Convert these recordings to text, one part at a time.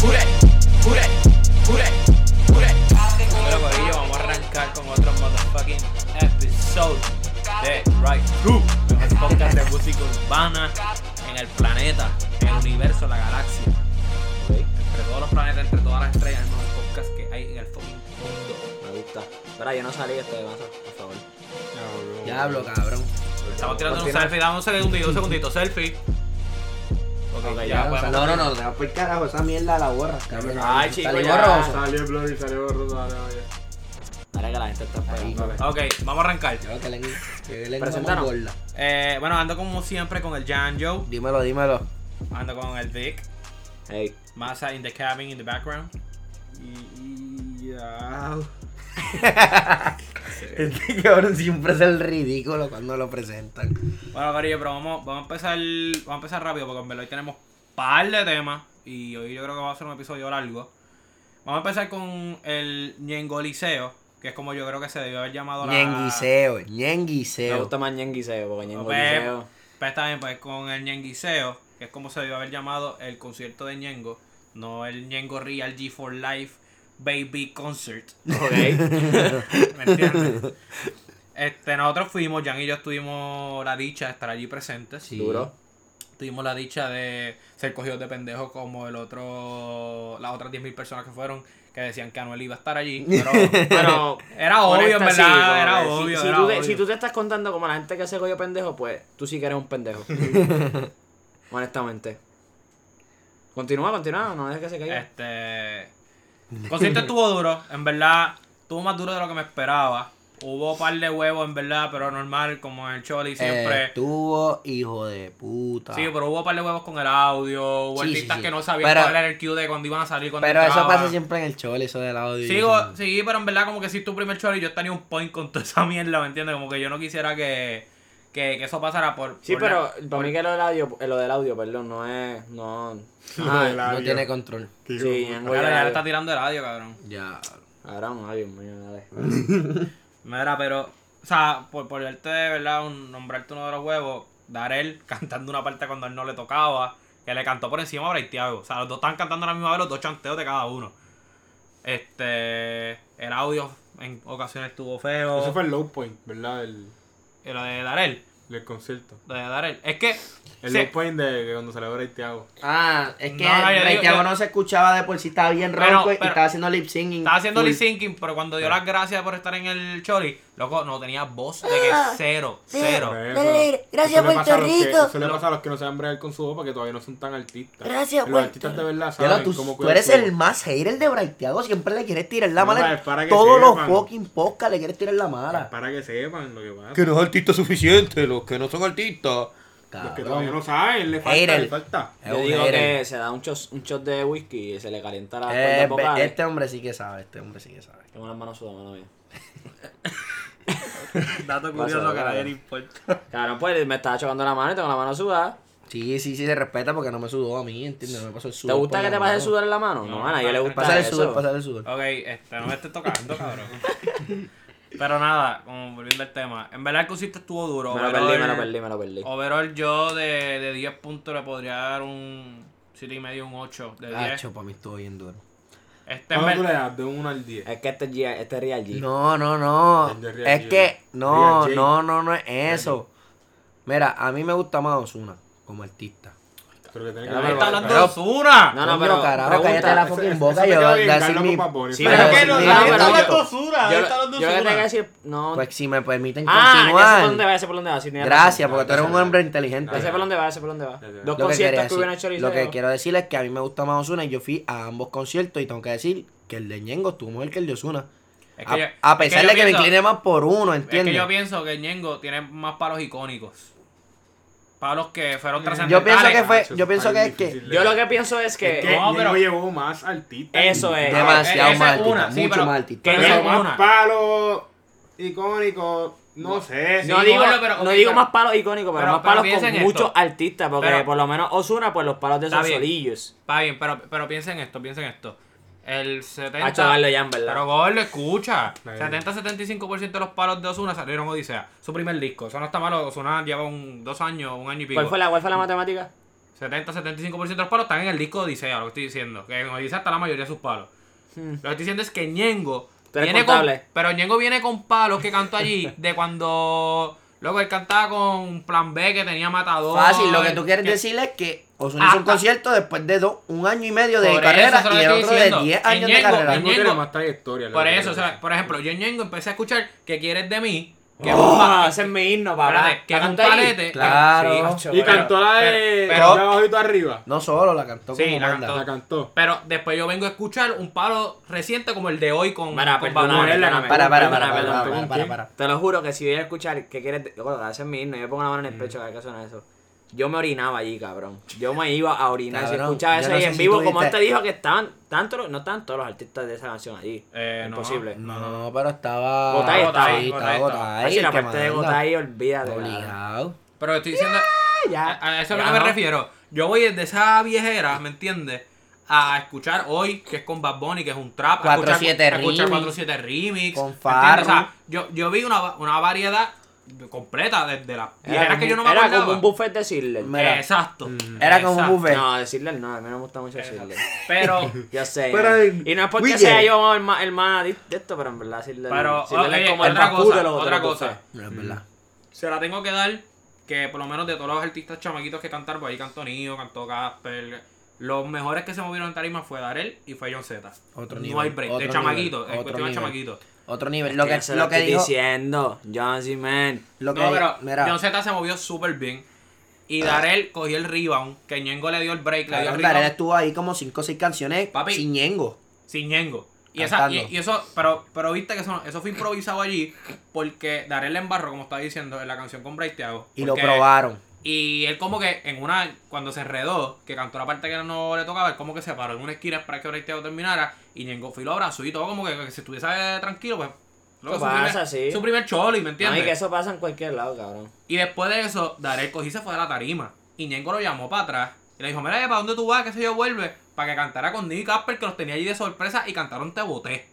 Jure, jure, jure, jure. Bueno, Corillo, vamos a arrancar con otro motherfucking episode de Right Group, mejor podcast de música urbana en el planeta, en el universo, la galaxia. Entre todos los planetas, entre todas las estrellas, el mejor podcast que hay en el fucking mundo. Me gusta. Espera, yo no salí este, esto de masa, por favor. Diablo, cabrón. Estamos tirando un Continúa. selfie, dame un segundito, un segundito, selfie. Ok, Ok, ya, pues, ya, podemos no, no, no, te vas por carajo, esa mierda la borra. Cabrón, Ay, Salí chico, ya. borroso. Salió el bloody, salió borroso, dale, vaya. Ahora que la gente está esperando. Dale. Ok, vamos a arrancar. Yo creo que le- que le Preséntanos. como gorda. Eh, bueno, ando como siempre con el Janjo, Dímelo, dímelo. ando con el Vic, Hey, Masa in the cabin in the background. Y, y, ya. Este cabrón siempre es el ridículo cuando lo presentan. Bueno, Corillo, pero vamos, vamos a empezar vamos a empezar rápido porque en verdad hoy tenemos par de temas y hoy yo creo que va a ser un episodio largo. Vamos a empezar con el Ñengoliseo, que es como yo creo que se debió haber llamado la... Ñenguiseo, me Ñenguiseo. gusta más Ñenguiseo, porque Pues, Ñenguiseo. pues está bien, pues con el Ñenguiseo, que es como se debió haber llamado el concierto de Ñengo, no el Ñengo Real G4 Life Baby Concert. Ok. ¿Me entiendes? Este, nosotros fuimos, Jan y yo tuvimos la dicha de estar allí presentes. Sí. Duro. Tuvimos la dicha de ser cogidos de pendejos como el otro, las otras 10.000 personas que fueron, que decían que Anuel iba a estar allí. Pero, Bueno, era obvio, en verdad, honesta, sí, como que era si- obvio. Si, era tú te, obvio. si tú te estás contando como la gente que se cogió pendejo, pues tú sí que eres un pendejo. Honestamente. Continúa, continúa, no dejes que se caiga. Este. el Concierto estuvo duro, en verdad. Estuvo más duro de lo que me esperaba. Hubo par de huevos, en verdad, pero normal, como en el Choli Eh, siempre. Eh, Estuvo hijo de puta. Sí, pero hubo par de huevos con el audio. Hubo Sí, sí, artistas sí. que no sabían Pero- cuál era el cue de cuando iban a salir. Cuando Pero eso entraban. pasa siempre en el chole, eso del audio. Sigo, sí, pero en verdad, como que si es tu primer choli, yo tenía un point con toda esa mierda, ¿me entiendes? Como que yo no quisiera que, que, que eso pasara por. Sí, por la- pero para mí que lo del audio, eh, lo del audio, perdón, no es. No. Lo del Ah, No audio. tiene control. Qué hijo de sí, puta. Ñengo Claro, ya le está ya. tirando el audio, cabrón. Ya. Ahora un audio, mío, dale. Mira, pero, o sea, por, por darte, ¿verdad? Un, nombrarte uno de los huevos, Darel cantando una parte cuando a él no le tocaba, que le cantó por encima a Braithiago. O sea, los dos están cantando a la misma vez los dos chanteos de cada uno. Este, el audio en ocasiones estuvo feo. Ese fue el low point, ¿verdad? Del, Y lo de Darel, del concierto. lo de Darel. Es que, El sí, low point de, de cuando salió Braithiago. Ah, es que No, no, yo Rey digo- Thiago yo- no se escuchaba de por sí, estaba bien Pero- ronco y pero- estaba haciendo lip syncing. estaba haciendo full. lip syncing, pero cuando dio las gracias por estar en el chori, loco, no tenía voz de que cero, cero. Pero Dale, eso- gracias, eso le pasa a los Puerto que- Rico. eso le pasa a los que no saben bregar con su voz porque todavía no son tan artistas. Gracias, Los Puerto artistas de verdad Ya saben lo, tú, cómo tú cuidar eres su el voz. más hater de Braithiago, siempre le quieres tirar la No, mala. es para que Todos los sepan. fucking podcasts le quieres tirar la mala. Para que sepan lo que pasa. no es artista suficiente, los que no son artistas. Los que todavía no Cabrón. saben, le falta, Hater. le falta. Es Yo un digo hater. que se da un shot, un shot de whisky y se le calienta la pues, Eh, cuerda ve- vocal. este hombre sí que sabe, este hombre sí que sabe. Tengo las manos sudadas, mano mía. Dato Pasa, dale. importa. Cabrón, pues me estaba chocando la mano y tengo la mano sudada. Sí, sí, sí, se respeta porque no me sudó a mí, ¿entiendes? No me pasó el ¿Te sudor. gusta por que la te pase mano. sudar en la mano? No, No, a nadie le gusta Pásale el eso. sudor, pásale el sudor. Ok, este, no me estés tocando, cabrón. Pero nada, como volviendo al tema. En verdad el concierto estuvo duro. Me lo perdí, Overall- me lo perdí, me lo perdí. Overall yo de, de 10 puntos le podría dar un 7,5, un 8 de 10. Cacho, para mí estuvo bien duro. Este es ¿Cuánto tú le ver- das de 1 al 10? Es que este, es G- este es Real G. No, no, no. El de Real Es J. que, no, Real J. no, no, no es eso. Mira, a mí me gusta más Osuna como artista. Creo que tiene que Ya, Ahí pero- está haber- hablando de Ozuna. No, no, Coño, pero Carajo, pregunta, cállate la ese- fucking ese- boca. ese yo queda bien voy a decir Carlos mi- con Bad Bunny. Sí, Pero pero- es que- no, pero yo- Ozuna. ahí Yo, lo- está hablando de yo lo que Ozuna. tengo que decir. No. Pues si me permiten ah, ya sé por dónde continuar. va, ya sé por dónde va. sí, tienes Gracias, razón. porque tú eres un hombre inteligente. Ya sé por dónde va, ya sé por dónde va. Ya sé. Dos Lo que, quería conciertos que hubieran hecho decir- el lo que quiero decir es que a mí me gusta más Osuna y yo fui a ambos conciertos y tengo que decir que el de Ñengo estuvo mejor que el de Osuna. Es que A, yo- a es que pesar yo de que me pienso- incliné más por uno, Es que ¿entiendes? yo pienso que Ñengo tiene más palos icónicos. Palos que fueron Yo trascendentales. Eh, Yo pienso que fue, Nacho, yo pienso que está es bien que difícil. Yo lo que pienso es Es que que. No, Ñengo pero- llevó más artistas. Eso es. Esa demasiado es mal artista, una, sí, mucho pero- mal artista. pero- Pero Esa es más una. palo icónico, no sé. Sí, No sí, digo, gordo, pero- no ok, digo pero- más palos icónicos, pero, pero- más pero palos piensa con en muchos esto. artistas, porque Pero- por lo menos Osuna, pues los palos de Está esos bien. solillos. Está bien, pero, pero piensa en esto, piensa en esto. El 70... A chavarlo ya, en verdad. Pero Gordo, escucha. Ahí. 70-75% de los palos de Osuna salieron Odisea. Su primer disco. Eso no está malo. Osuna lleva un, dos años, un año y pico. ¿Cuál fue la, cuál fue la matemática? 70-75% de los palos están en el disco de Odisea, lo que estoy diciendo. Que en Odisea está la mayoría de sus palos. Hmm. Lo que estoy diciendo es que Ñengo. Tú eres viene con- contable. pero Ñengo viene con palos que cantó allí de cuando. Luego él cantaba con Plan B que tenía matador. Fácil, lo que tú quieres que- decir es que Osuna hizo un Hasta- concierto después de dos, un año y medio de Por eso, eso carrera es lo y que el estoy otro de diciendo. 10 En años de Ñengo, carrera. en Ñengo tiene Ñengo- más trayectoria. Por la eso, o verdad. sea, por ejemplo, yo en Ñengo empecé a escuchar que quieres de mí. Que es un ¡Oh! pa- Ese es mi himno, papá. espérate, que es ¿La un canté ahí? palete. Claro. Sí, Y pero- cantó la de. pero- de abajo y tú arriba. No solo, la cantó Sí, como la manda. cantó. La cantó. Pero después yo vengo a escuchar un palo reciente como el de hoy con. Mira, con perdóname, Bad Bunny. perdóname. Para, para, para, Perdóname, para, para, perdóname. para, para, para. Te lo juro que si voy a escuchar que quieres. Yo creo que ese es mi himno. Yo pongo la mano Mm. en el pecho cada vez que suena eso. Yo me orinaba allí, cabrón. Yo me iba a orinar. si Cabrón, escuchaba yo eso no ahí sé en si vivo, tú como él viste- te dijo que estaban. Tanto, los- no estaban todos los artistas de esa canción allí. Eh, no. Imposible. No, pero estaba. Gotay estaba, Sí, estaba Gotay estaba. Gotay. Así, la el que parte de manda. Gotay, olvídate. cabrón. Obligado. Pero estoy diciendo. Ya. A, a eso es Ya lo que me no. refiero. Yo voy desde esa viejera, ¿me entiendes? A escuchar hoy, que es con Bad Bunny, que es un trap. a escuchar- 4-7 a escuchar remix. 4-7 remix. Con ¿me entiendes? O sea, Farru. yo, yo vi una, una variedad completa de, de las Era, viejeras como, que yo no me era acordaba. como un buffet de Sidler. Me- Mira. Exacto. Era como un Exacto. buffet. No, de Sidler no, a mí no me gusta mucho Sidler. Pero, Yo sé. Pero ¿no? el- y no es porque Widget. sea yo herma- hermana de de esto, pero en verdad Sidler. pero Sidler oye, es como el otra Raku de cosa, los otra otros cosa. buffets. No, es verdad. Se la tengo que dar que por lo menos de todos los artistas chamaquitos que cantaron, por ahí cantó Nio, cantó Casper. Los mejores que se movieron en tarima fue Darel y fue John Z. Otro no nivel, hay break. de otro chamaquito, nivel, es otro cuestión de nivel. chamaquito. Otro nivel. Es Lo que, yo Este se lo que estoy dijo. diciendo, John C. Man. Lo que, No, pero mira, John Z se movió súper bien. Y Darel cogió el rebound, que Ñengo le dio el break, le dio el cabrón, rebound Darel estuvo ahí como 5 o 6 canciones Papi. sin ñengo. sin Ñengo. Y, esa, y, Cantando. y eso, pero, pero viste que eso, eso fue improvisado allí, porque Darel le embarró, como estaba diciendo, en la canción con Break Thiago, Y lo porque- probaron. Y él como que en una, cuando se enredó, que cantó la parte que no le tocaba, él como que se paró en una esquina para que Breakteado terminara. Y Ñengo fue y lo abrazó y todo como que, que si estuviese tranquilo, pues... lo que Eso pasa, su, primer, sí. su primer choli, ¿me No, entiendes? y que eso pasa en cualquier lado, cabrón. Y después de eso, Darel cogió y se fue de la tarima. Y Ñengo lo llamó para atrás. Y le dijo, mira, ¿para dónde tú vas? Que se yo vuelve. Para que cantara con Nick Casper, que los tenía allí de sorpresa. Y cantaron Te Boté.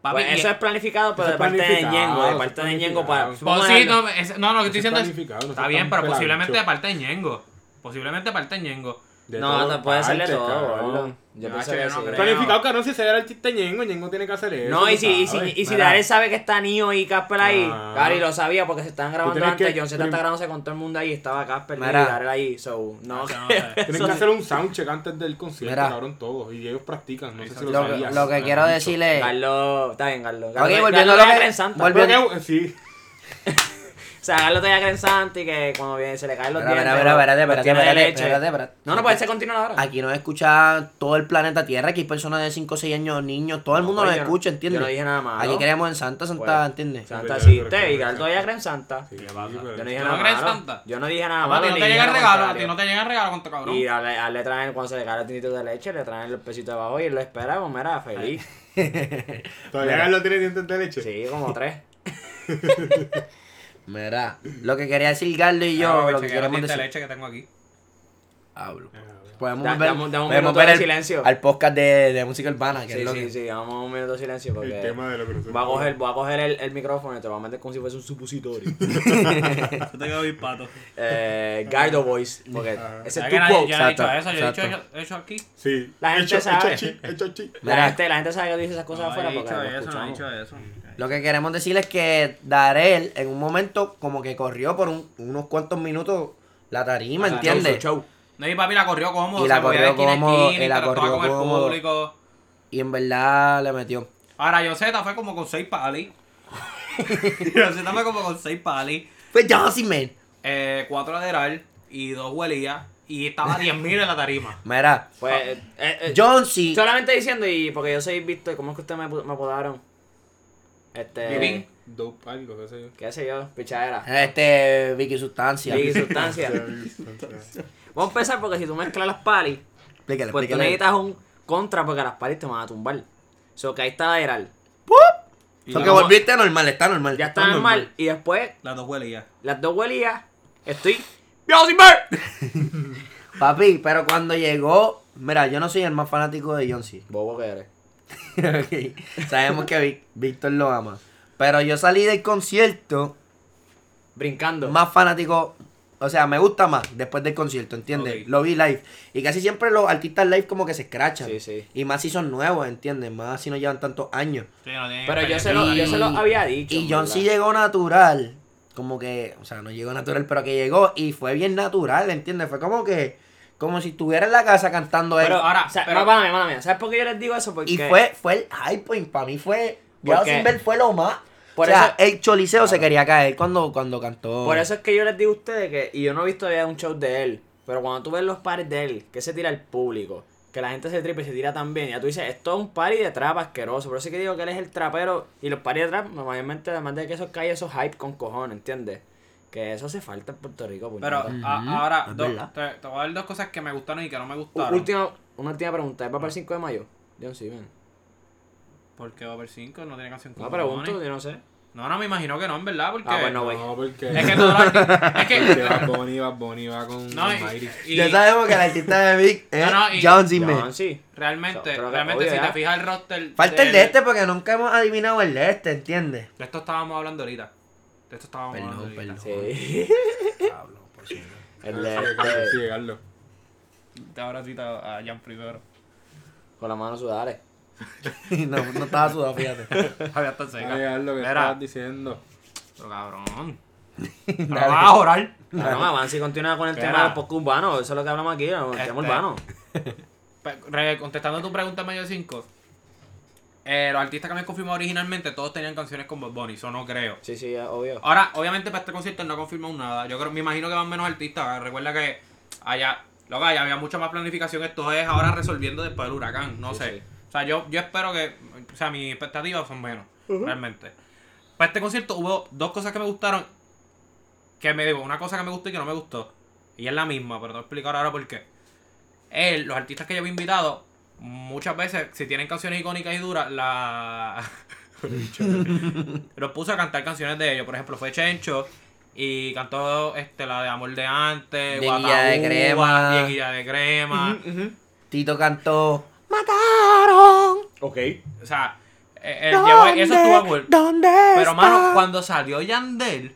Papi, Pues y- eso es planificado, pero Eso de es parte de planificado, Ñengo. De eso parte es de Ñengo para. planificado. Pues vamos a sí, dejarlo. no, es- no, lo que estoy Eso diciendo es es... planificado, eso Está está bien, un pero peladito. posiblemente de parte de Ñengo. Posiblemente de parte de Ñengo. De No, todas no, puede ser de partes, todo, cabrón. boludo. Yo No, pienso che, que no sí. creo. Planificado, cabrón, si se era el chiste Ñengo, Ñengo tiene que hacer eso. No, y tú si, y si, sabes. y si Mira. Darel sabe que está Nio y Casper ahí, Ah. Gary lo sabía porque se estaban grabando tienes antes, que- John Z está prim- grabándose con todo el mundo ahí, estaba Casper y Mira. Darel ahí, so, no. No sé. Tienen que hacer un soundcheck antes del concierto, Mira. cabrón, todos. Y ellos practican, no sé si lo, Lo, que- sabías. lo que Lo quiero han decir es. Carlos, está bien, Carlos. Ok, Carlos- volviendo Carlos a lo todavía que- cree en Santa. volvi- dicho. Creo que- Sí. O sea, Carlos todavía cree en Santa y que cuando viene se le caen los Espera, dientes. espera, espera, los- espérate, los espérate, tiene de espérate, leche. espérate, espérate. No, no puede ser continuar ahora. Aquí nos escucha todo el planeta Tierra, aquí hay personas de 5 o 6 años, niños, todo el No, mundo pues, nos yo no- escucha, ¿entiendes? yo no dije nada malo. Aquí queremos en Santa, Santa, Pues, ¿entiendes? Santa Sí, pero- existe y Carlos todavía cree en Santa. Sí, Yo no pero- dije ¿Tú nada no crees malo. Santa? Yo no Ah, dije nada Papá, a malo. ti no ni te dije llega el lo regalo, a contrario. ti no te llega el regalo con tu cabrón. Y a él, a él le traen, cuando se le cae el tinito de leche, le traen los pesitos abajo y él lo espera, como era feliz. Todavía Carlos tiene dientes de leche. Sí, como tres. Mira, lo que quería decir Garlo y yo, Ah, Claro, pues, lo que chequea los queremos este dientes de leche decir. que tengo aquí. Hablo. Podemos Ah, Da- ver, damos- damos un podemos minuto ver de el- silencio. al podcast de, de música urbana, que Sí, es lo sí, que... sí, vamos a un minuto de silencio porque El tema de lo que nosotros- voy a coger, voy a coger el, el micrófono y te lo voy a meter como si fuese un supositorio. Yo te quedo bien pato. eh, Gardo Boys, porque ese es Ya tu que nadie- quote. Yo no he dicho exacto, eso, yo he dicho exacto. eso- eso aquí. Sí. La gente Hecho- hecho sabe. chi, hecho chi. La Mira. gente, la gente sabe que dice esas cosas No, afuera he porque dicho lo eso, no he escuchamos. dicho eso. Lo que queremos decirles que Darel en un momento como que corrió por un- unos cuantos minutos la tarima, La ¿entiendes? No, y papi la corrió cómodo, Y la se movía de corrió esquina a cómodo, esquina, y la interactuaba corrió con el cómodo. público. Y en verdad le metió. Ahora, Yoseta fue como con seis palis. Yoseta fue como con seis palis. Pues ya, sí, men. Eh, cuatro lateral y dos huelías. Y estaba 10.000 en la tarima. Mira, ah, Pues, eh, eh, John C. solamente diciendo, y porque yo soy Víctor, ¿cómo es que ustedes me, me apodaron? Este. Eh. Vivín. Dope algo, qué sé yo. ¿Qué sé yo? Pichadera. Este, Vicky Sustancia. Y sustancia. Vamos a empezar porque si tú mezclas las palis, Explícale, pues tú explícale. necesitas un contra porque las palis te van a tumbar. So que ahí está Deral. Lo que volviste normal, está normal. Ya está normal. Y después, Las dos huelías. las dos huelías, estoy. ¡Yo sin ver! Papi, pero cuando llegó, mira, yo no soy el más fanático de John C. Bobo que eres. Ok, Sabemos que Vic- Víctor lo ama. Pero yo salí del concierto Brincando. más fanático O sea, me gusta más después del concierto, ¿entiendes? Ok. Lo vi live. Y casi siempre los artistas live como que se escrachan. Sí, sí. Y más si son nuevos, ¿entiendes? Más si no llevan tantos años. Sí, no tienen Pero yo experiencia se, lo, en yo la se vida. lo había dicho. Y en John verdad. sí llegó natural. Como que, o sea, no llegó natural, pero que llegó y fue bien natural, ¿entiendes? Fue como que, como si estuviera en la casa cantando él. Pero Ahora, ahora, o sea, pero- no, para mí, para mí. ¿Sabes por qué yo les digo eso? Porque y fue, fue el high point, para mí fue, ya Porque- sin ver fue lo más. Por o sea, eso- el choliseo se quería caer cuando, cuando cantó. Por eso es que yo les digo a ustedes que, y yo no he visto ya un show de él, pero cuando tú ves los pares de él, que se tira al público, que la gente se tripa y se tira también, ya tú dices, esto es un party de trap asqueroso, por eso es que digo que él es el trapero, y los paris de trap, normalmente, además de que esos cae esos hype con cojones, ¿entiendes? Que eso hace falta en Puerto Rico, Pero puñeta. a- ahora, es dos- verdad. te, te voy a dar dos cosas que me gustaron y que no me U- gustaron. última, una última pregunta, ¿es para el 5 de mayo? John Steven. Porque Over 5 no tiene canción con No pregunto, Bunny. yo no sé. No, no, me imagino que no, en verdad, porque. Ah, pues no voy. No, porque. Es que todos los artistas- Es Porque que. Bad Bunny, Bad Bunny va con No, Mayri. y, y Ya sabemos que el artista de Big es No, no, y- John Zimmer. John, sí. O sea, realmente, creo que- realmente, obvio, si ya. te fijas el roster. Falta el de del- este porque nunca hemos adivinado el de este, ¿entiendes? De esto estábamos hablando ahorita. De esto estábamos Perdón, hablando ahorita. perdón. Sí. El de- Sigue, Carlos, de- sigue, Carlos. Te ahora cita a Jan primero. con la mano sudales. no, no estaba sudado, fíjate. Javier está Sigue, seca. Carlos, que Mira. estabas diciendo. Pero cabrón. Ahora vas a orar. No, avance y continúa con el Espera. tema del poco urbano, eso es lo que hablamos aquí, el Este. tema urbano. Pe- re- Contestando tu pregunta en medio de 5. los artistas que me confirmó originalmente, todos tenían canciones con Bad Bunny, eso no creo. Sí, sí, ya, obvio. Ahora, obviamente para este concierto no confirmado nada. Yo creo, me imagino que van menos artistas. Recuerda que allá, loca, allá había mucha más planificación. Esto es ahora resolviendo después del huracán. No sé. sí. O sea, yo, yo espero que. O sea, mis expectativas son menos. Realmente. Para este concierto hubo dos cosas que me gustaron. Que me digo, una cosa que me gustó y que no me gustó. Y es la misma, pero te voy a explicar ahora por qué. Él, los artistas que yo había invitado, muchas veces, si tienen canciones icónicas y duras, la. los puso a cantar canciones de ellos. Por ejemplo, fue Chencho y cantó este, la de Amor de Antes, Dieguilla de Guatabuba, Crema. Dieguilla de Crema. Tito cantó ¡Mataron! Ok. O sea, eh, él llevó- eso estuvo cool. ¿Dónde Pero, mano, está? cuando salió Yandel,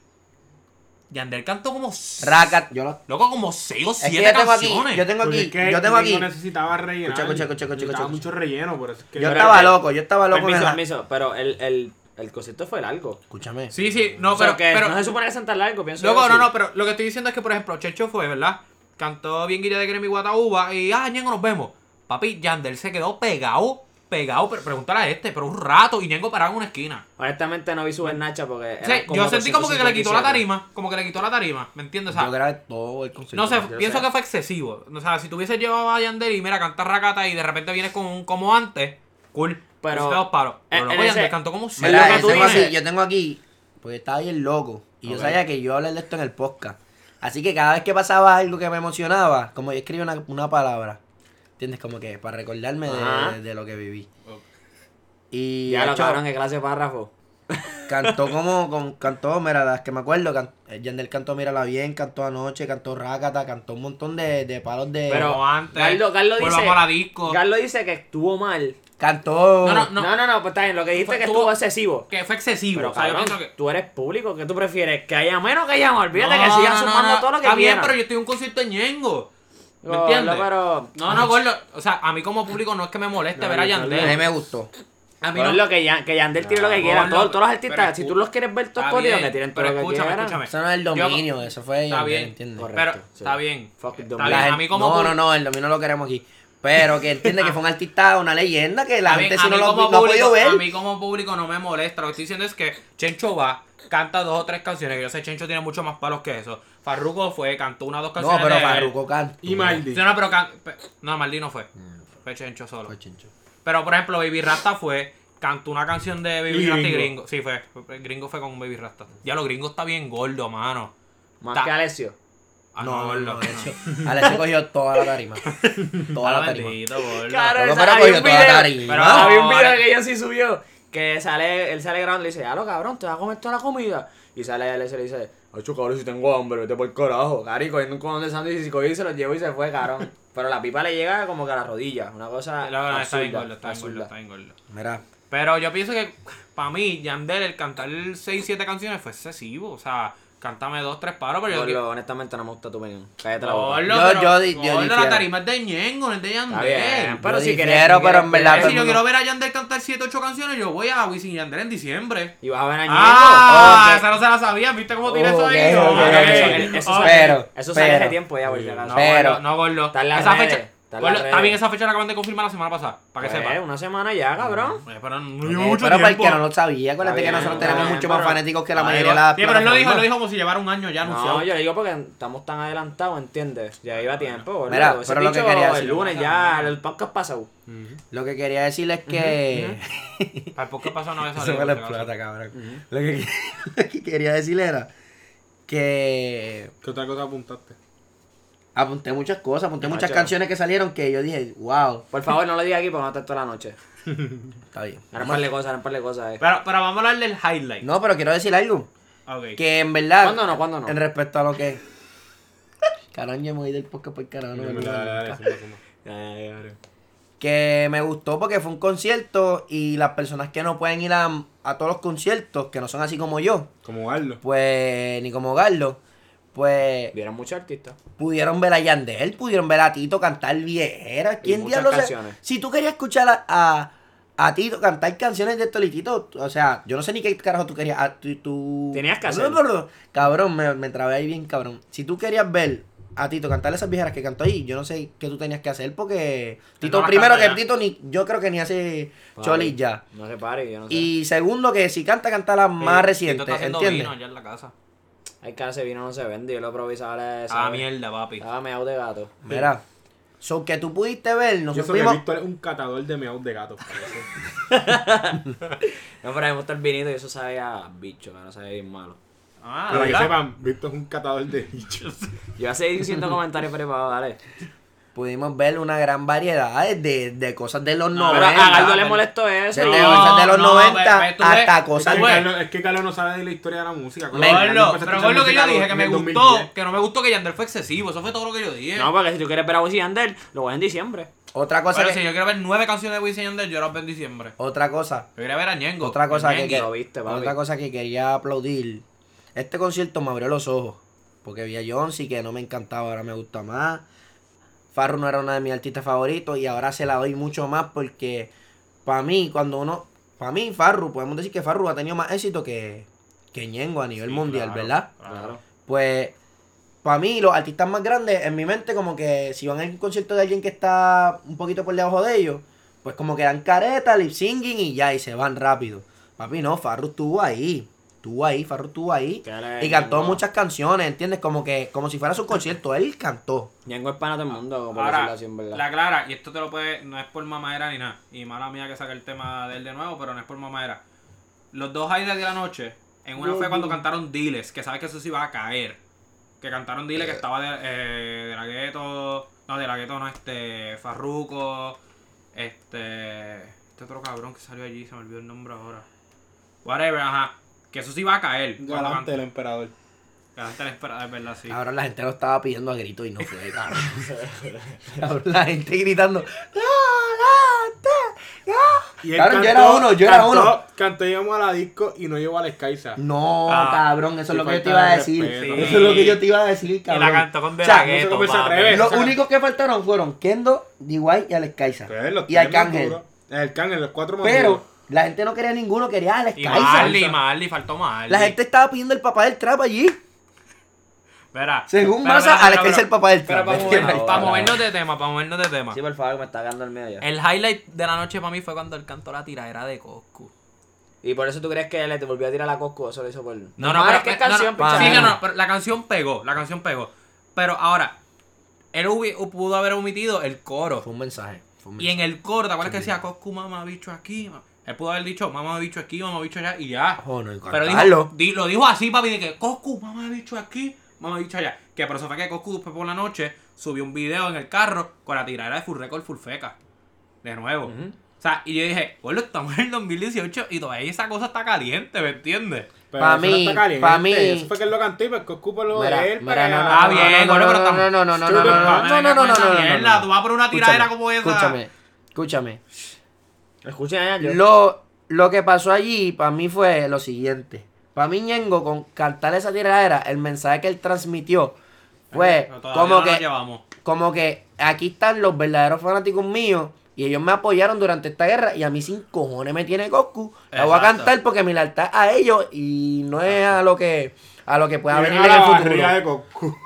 Yandel cantó como. s- Raca, yo lo... Loco, como 6 o Es que 7 yo tengo aquí, canciones. yo tengo Porque aquí, es que yo tengo aquí. Domingo necesitaba rellenar. Escucha, escucha, escucha, escucha, Necesitaba escucha. mucho relleno, por eso es que. Yo Pero- estaba loco, yo estaba loco. Permiso, en la- permiso, pero el, el, el concierto fue largo. Escúchame. Sí, sí, no, O sea, pero. que pero no se supone que sean tan largo, pienso Loco, yo, no, sí. no, pero lo que estoy diciendo es que, por ejemplo, Checho fue, ¿verdad? Cantó bien Guilla de Gremi Guataúba y, ah, Ñengo, nos vemos. Papi, Yandel se quedó pegado, pegado, pero pregúntale a este, pero un rato, y Ñengo parado en una esquina. Honestamente no vi su Nacha porque. O era sea, yo sentí como que, le quitó la 257. tarima, como que le quitó la tarima, ¿me entiendes? O sea, Yo grabé todo el concierto. no sé, yo pienso sé. que fue excesivo. O sea, si tuviese llevado a Yandel y mira, cantar racata y de repente vienes con un como antes, cool. Pero- Pero. Dos paros. Pero en- loco, en Yandel ese- cantó como lo Mira, que yo tú tengo dices. aquí, yo tengo aquí, porque estaba bien loco. Y yo Ok. sabía que yo iba a hablar de esto en el podcast. Así que cada vez que pasaba algo que me emocionaba, como yo escribí una, una palabra, ¿entiendes? Como que para recordarme Ajá. de, de lo que viví. Y Ya lo hecho, cabrón, que clase de párrafo. cantó como, con, cantó, mira, las que me acuerdo, can, eh, Yandel cantó Mírala Bien, cantó Anoche, cantó Rácata, cantó un montón de, de palos de... Pero- Como antes. Carlos- Carlos volvamos dice- a la disco. Carlos dice que estuvo mal. cantó... No, no, No, no, no, pues está bien, lo que dijiste Fue- que estuvo- estuvo excesivo. Que fue excesivo. Pero o sea, yo cabrón, pienso que. tú eres público, ¿qué tú prefieres? Que haya menos que haya más. Olvídate No, que sigan no, no, sumando no. todo lo que Está quieran. bien, pero yo estoy en un concierto de Ñengo. ¿Me Gordo, entiendes? pero- No, no, gordo. O sea, a mí como público no es que me moleste No, ver a no, A mí Yandel. me gustó. A mí Gordo, no. que, ya, que Yandel tire lo que No, quiera. gordo, todos, todos los pero artistas, si tú escu- los quieres ver todos Está por Dios, bien, que tiren todo pero lo que escúchame, quieran. escúchame. Eso no es el Yo- dominio, eso fue... Está Yandel, bien. ¿entiendes? Correcto, Pero sí. está bien. Fuck the Está black. bien. La A gente- mí como no, público. no, no, el dominio no lo queremos aquí. Pero que entiende que fue un artista, una leyenda, que la A mí- gente a si no mí lo como no ha público- podido ver. A mí como público no me molesta. Lo que estoy diciendo es que Chencho va, canta dos o tres canciones. Que yo sé, Chencho tiene mucho más palos que eso. Farruko fue, cantó una o dos No, canciones. pero de él. Farruko canta. Y Maldi. Sí, no, pero can- pe- no, Maldi no fue. Fue Chencho solo. Pero por ejemplo, Baby Rasta fue. Cantó una canción de Baby Y Rasta y Gringo. Gringo. Sí, fue. Gringo fue con un Baby Rasta. Ya lo gringo está bien gordo, mano. Más Ta- que Alessio. Ah, No, gordo. no, de hecho, Alex cogió toda la tarima. Toda la tarima. Maldito, gordo. Claro, Pero, esa- pero había coño, un toda video, tarima. pero No, había un video ahora- que John sí subió. Que sale, él sale grabando y le dice, lo cabrón, te vas a comer toda la comida. Y sale él y le dice, ocho cabrón, si tengo hambre, vete por el carajo. Cari, cogiendo un cojón de sándwich y cogió y se lo llevó y se fue, cabrón. Pero la pipa le llega como que a las rodillas. Una cosa. No, no, está bien absurda, gordo, está bien gordo, absurda. está bien gordo. Mira, Pero yo pienso que para mí, Yandel, el cantar 6, 7 canciones fue excesivo. O sea, Cántame dos, tres paros, pero yo Gordo, quiero. honestamente no me gusta tu opinión. Cállate la boca. Gordo, Yo- pero- yo di- yo Gordo, la difiero. tarima es de Ñengo, no es de Está Yandel. bien, pero Yo si difiero, quieres. si pero quieres- en verdad Es todo Si el yo mundo- quiero ver a Yandel cantar 7, 8 canciones, yo voy a Wisin y Yandel en diciembre. Y vas a ver a Ah, ok. esa no se la sabía, ¿viste cómo tiré eso ahí? Ok, No, ok, ok. ok, Eso ok. sale- Pero, Eso sale pero- de tiempo ya, por si acaso. No, Pero- gordo, no, gordo. Está en las esa redes, fecha, está en gordo, las está bien, redes. esa fecha la acaban de confirmar la semana pasada, para que Pues, sepa. Una semana ya, cabrón. Oye, pero no Ok, llevo mucho Eh, pero para el tiempo. que no lo sabía, acuérdate Está que nosotros bien, tenemos está mucho bien, más pero- fanáticos que la Ah, mayoría digo- de las Sí, pero él lo dijo, plataformas. lo dijo como si llevara un año ya anunciado. No, yo le digo porque estamos tan adelantados, ¿entiendes? Ya iba a tiempo, boludo. Mira, Hubiese pero lo que dicho quería El decir- lunes ya, el podcast pasado. Lo que quería decir es que... Para el qué pasó no había Eso salido. me la por si acaso. explota, cabrón. lo, que, lo que quería decir era que ¿Qué otra cosa apuntaste? apunté muchas cosas, apunté muchas Macho. canciones que salieron que yo dije, wow, Por favor, no lo diga aquí para no estar toda la noche. está bien. Era un par de cosas, era un par de cosas. eh. Pero, pero vamos a hablar del highlight. No, pero quiero decir algo. Ok. Que en verdad... ¿Cuándo no? ¿Cuándo no? En respecto a lo que... Carón, yo me voy del podcast por carajo. no me Dale, acuerdo. dale, dale, suma, suma. que me gustó porque fue un concierto y las personas que no pueden ir a, a todos los conciertos, que no son así como yo, Como Arlo. pues, ni como Garlo, pues Vieron muchos artistas. pudieron ver a Yandel, pudieron ver a Tito cantar viejeras. ¿Quién muchas diablos? se- canciones. Si tú querías escuchar a, a, a Tito cantar canciones de Tolitito, o sea, yo no sé ni qué carajo tú querías. ah, tú, tú- Tenías que hacer. Cabrón, me, me trabé ahí bien, cabrón. Si tú querías ver a Tito cantar esas viejeras que cantó ahí, yo no sé qué tú tenías que hacer porque Tito, no las primero que canta ya. Tito ni, yo creo que ni hace Papi, cholis ya. No se pare, yo no sé. Y segundo que si canta, canta las más Eh, Tito recientes, está haciendo ¿entiendes? vino allá en la casa. Hay que ese vino no se vende, yo lo provisaba esa. Ah, mierda, papi. Estaba meado de gato. Mira, so que tú pudiste ver, Yo nosotros soy que fuimos- Víctor es un catador de meados de gatos. No, pero a mí me gusta el vinito y eso sabía a bicho, que no sabía bien malo. Ah, Para que ¿verdad? sepan, Víctor es un catador de bichos. Yo voy a seguir diciendo comentarios preparados, dale. pudimos ver una gran variedad de, de cosas de los No, Pero a 90. Galdo le pero- molestó eso. Desde No, cosas de los no, 90 pero- pero tú ves- pues, hasta Es que, cosas... tú ves- Carlos, es que Carlos no sabe de la historia de la música. Me- Carlos empezó a Gordo, escuchar pero gordo que yo música dije, que en me el gustó, 2010. que no me gustó que Yandel fue excesivo, eso fue todo lo que yo dije. No, porque si tú quieres ver a Wisin y Yandel, lo ves en diciembre. Otra cosa pero que- si yo quiero ver nueve canciones de Wisin y Yandel, yo las veo en diciembre. Otra cosa. Yo quería ver a Ñengo. Otra cosa que, Ñengo. que- lo viste, papi. otra cosa que quería aplaudir. Este concierto me abrió los ojos. Porque vi a Jonsi que no me encantaba, ahora me gusta más. Farru no era uno de mis artistas favoritos y ahora se la doy mucho más porque para mí, cuando uno... Para mí, Farru, podemos decir que Farru ha tenido más éxito que, que Ñengo a nivel Sí, mundial, claro, ¿verdad? Claro. pues para mí los artistas más grandes en mi mente como que si van a un concierto de alguien que está un poquito por debajo de ellos, pues como que dan careta, lip singing y ya, y se van rápido. Papi, no, Farru estuvo ahí, estuvo ahí, Farru estuvo ahí. Que era Y cantó Ñengo. muchas canciones, ¿entiendes? Como que, como si fuera su concierto, él cantó. Ñengo es pana del mundo, por decirlo Ah, Ahora, así, en verdad. la clara, y esto te lo puede, no es por mamadera ni nada, y mala mía que saque el tema de él de nuevo, pero no es por mamadera. Los dos highlights de la noche, en una fue cuando cantaron Diles, que sabes que eso sí va a caer. Que cantaron Diles que estaba de, eh, de la gueto, no, de la gueto no, este, Farruco, este, este otro cabrón que salió allí, se me olvidó el nombre ahora. Whatever, ajá, que eso sí va a caer. Cuando Galante el cantan- emperador. Galante la esperada, es verdad, sí. Ahora la gente lo estaba pidiendo a gritos y no fue, cabrón. Cabrón, la gente gritando, ¡Galante! ¡Galante! Y él Cabrón, yo era uno, yo era cantó- uno. Cantó Llegamos a la disco y no llegó a la Skysa. No, Ah, cabrón, eso es sí, lo que yo te falta iba a de decir. respeto. Eso es lo que yo te iba a decir, y cabrón. la cantó con De O sea, La no sé Ghetto, cómo se papi. atreve. Los O sea, únicos que faltaron fueron Kendo, D.Y. y Alex Kaisa. Ustedes los Y tres más Arcángel. duros. Arcángel, los cuatro más duros. Pero la gente no quería ninguno, quería a Alex Y Kaisa. Marley, Marley, faltó Marley. La gente estaba pidiendo el papá del trap allí. Verá. Según Pero, Maza, pero, Alex pero, es el papá del pero, trap. para, mover- ¿entiendes? ahora, para ahora. movernos de tema, para movernos de tema. Sí, por favor, que me está cagando el medio ya. El highlight de la noche para mí fue cuando él cantó la tiradera de Coscu. Y por eso tú crees que le te volvió a tirar la Coscu, eso lo hizo por. No, no, pero, es que es no, no, canción, sí, picha. no, no, pero la canción pegó, la canción pegó. Pero ahora, él hubi- pudo haber omitido el coro. Fue un mensaje. fue un Y en el coro, ¿te acuerdas que decía Coscu, mamá bicho aquí? ma-"? Él pudo haber dicho mamá bicho aquí, mamá bicho allá y ya. mensaje. Oh, no, y Pero dijo, cantarlo. di- lo dijo así, papi, de que Coscu, mamá bicho aquí, mamá bicho allá. Que por eso fue que Coscu después por la noche subió un video en el carro con la tiradera de Full Record Full Feca. De nuevo. O sea, y yo dije, bueno, estamos en el 2018 y todavía esa cosa está caliente, ¿me entiendes? Pero Pa' eso no mí, está caliente. pa' mí. Eso fue que él lo cantó y pues que ocupa lo Mira, de él. mira, para- no, no, Ah, no, bien, no, gordo, no, pero no, no, estamos- no, no, no, no, Stupid no, Hot. no, no, no, no, no, no, no, Mierda, tú vas por una tiradera Escúchame, como esa. Escúchame, escúchame. Escuchen allá, yo. Lo, lo que pasó allí para mí fue lo siguiente. Para mí, Ñengo, con cantar esa tiradera, el mensaje que él transmitió fue Pero todavía Pues, como no nos que, llevamos. como que aquí están los verdaderos fanáticos míos y ellos me apoyaron durante esta guerra y a mí sin cojones me tiene Goku. La voy a Exacto. cantar porque mi lealtad es a ellos y no es a lo que a lo que pueda Y venir a en la el futuro. barriga de Goku.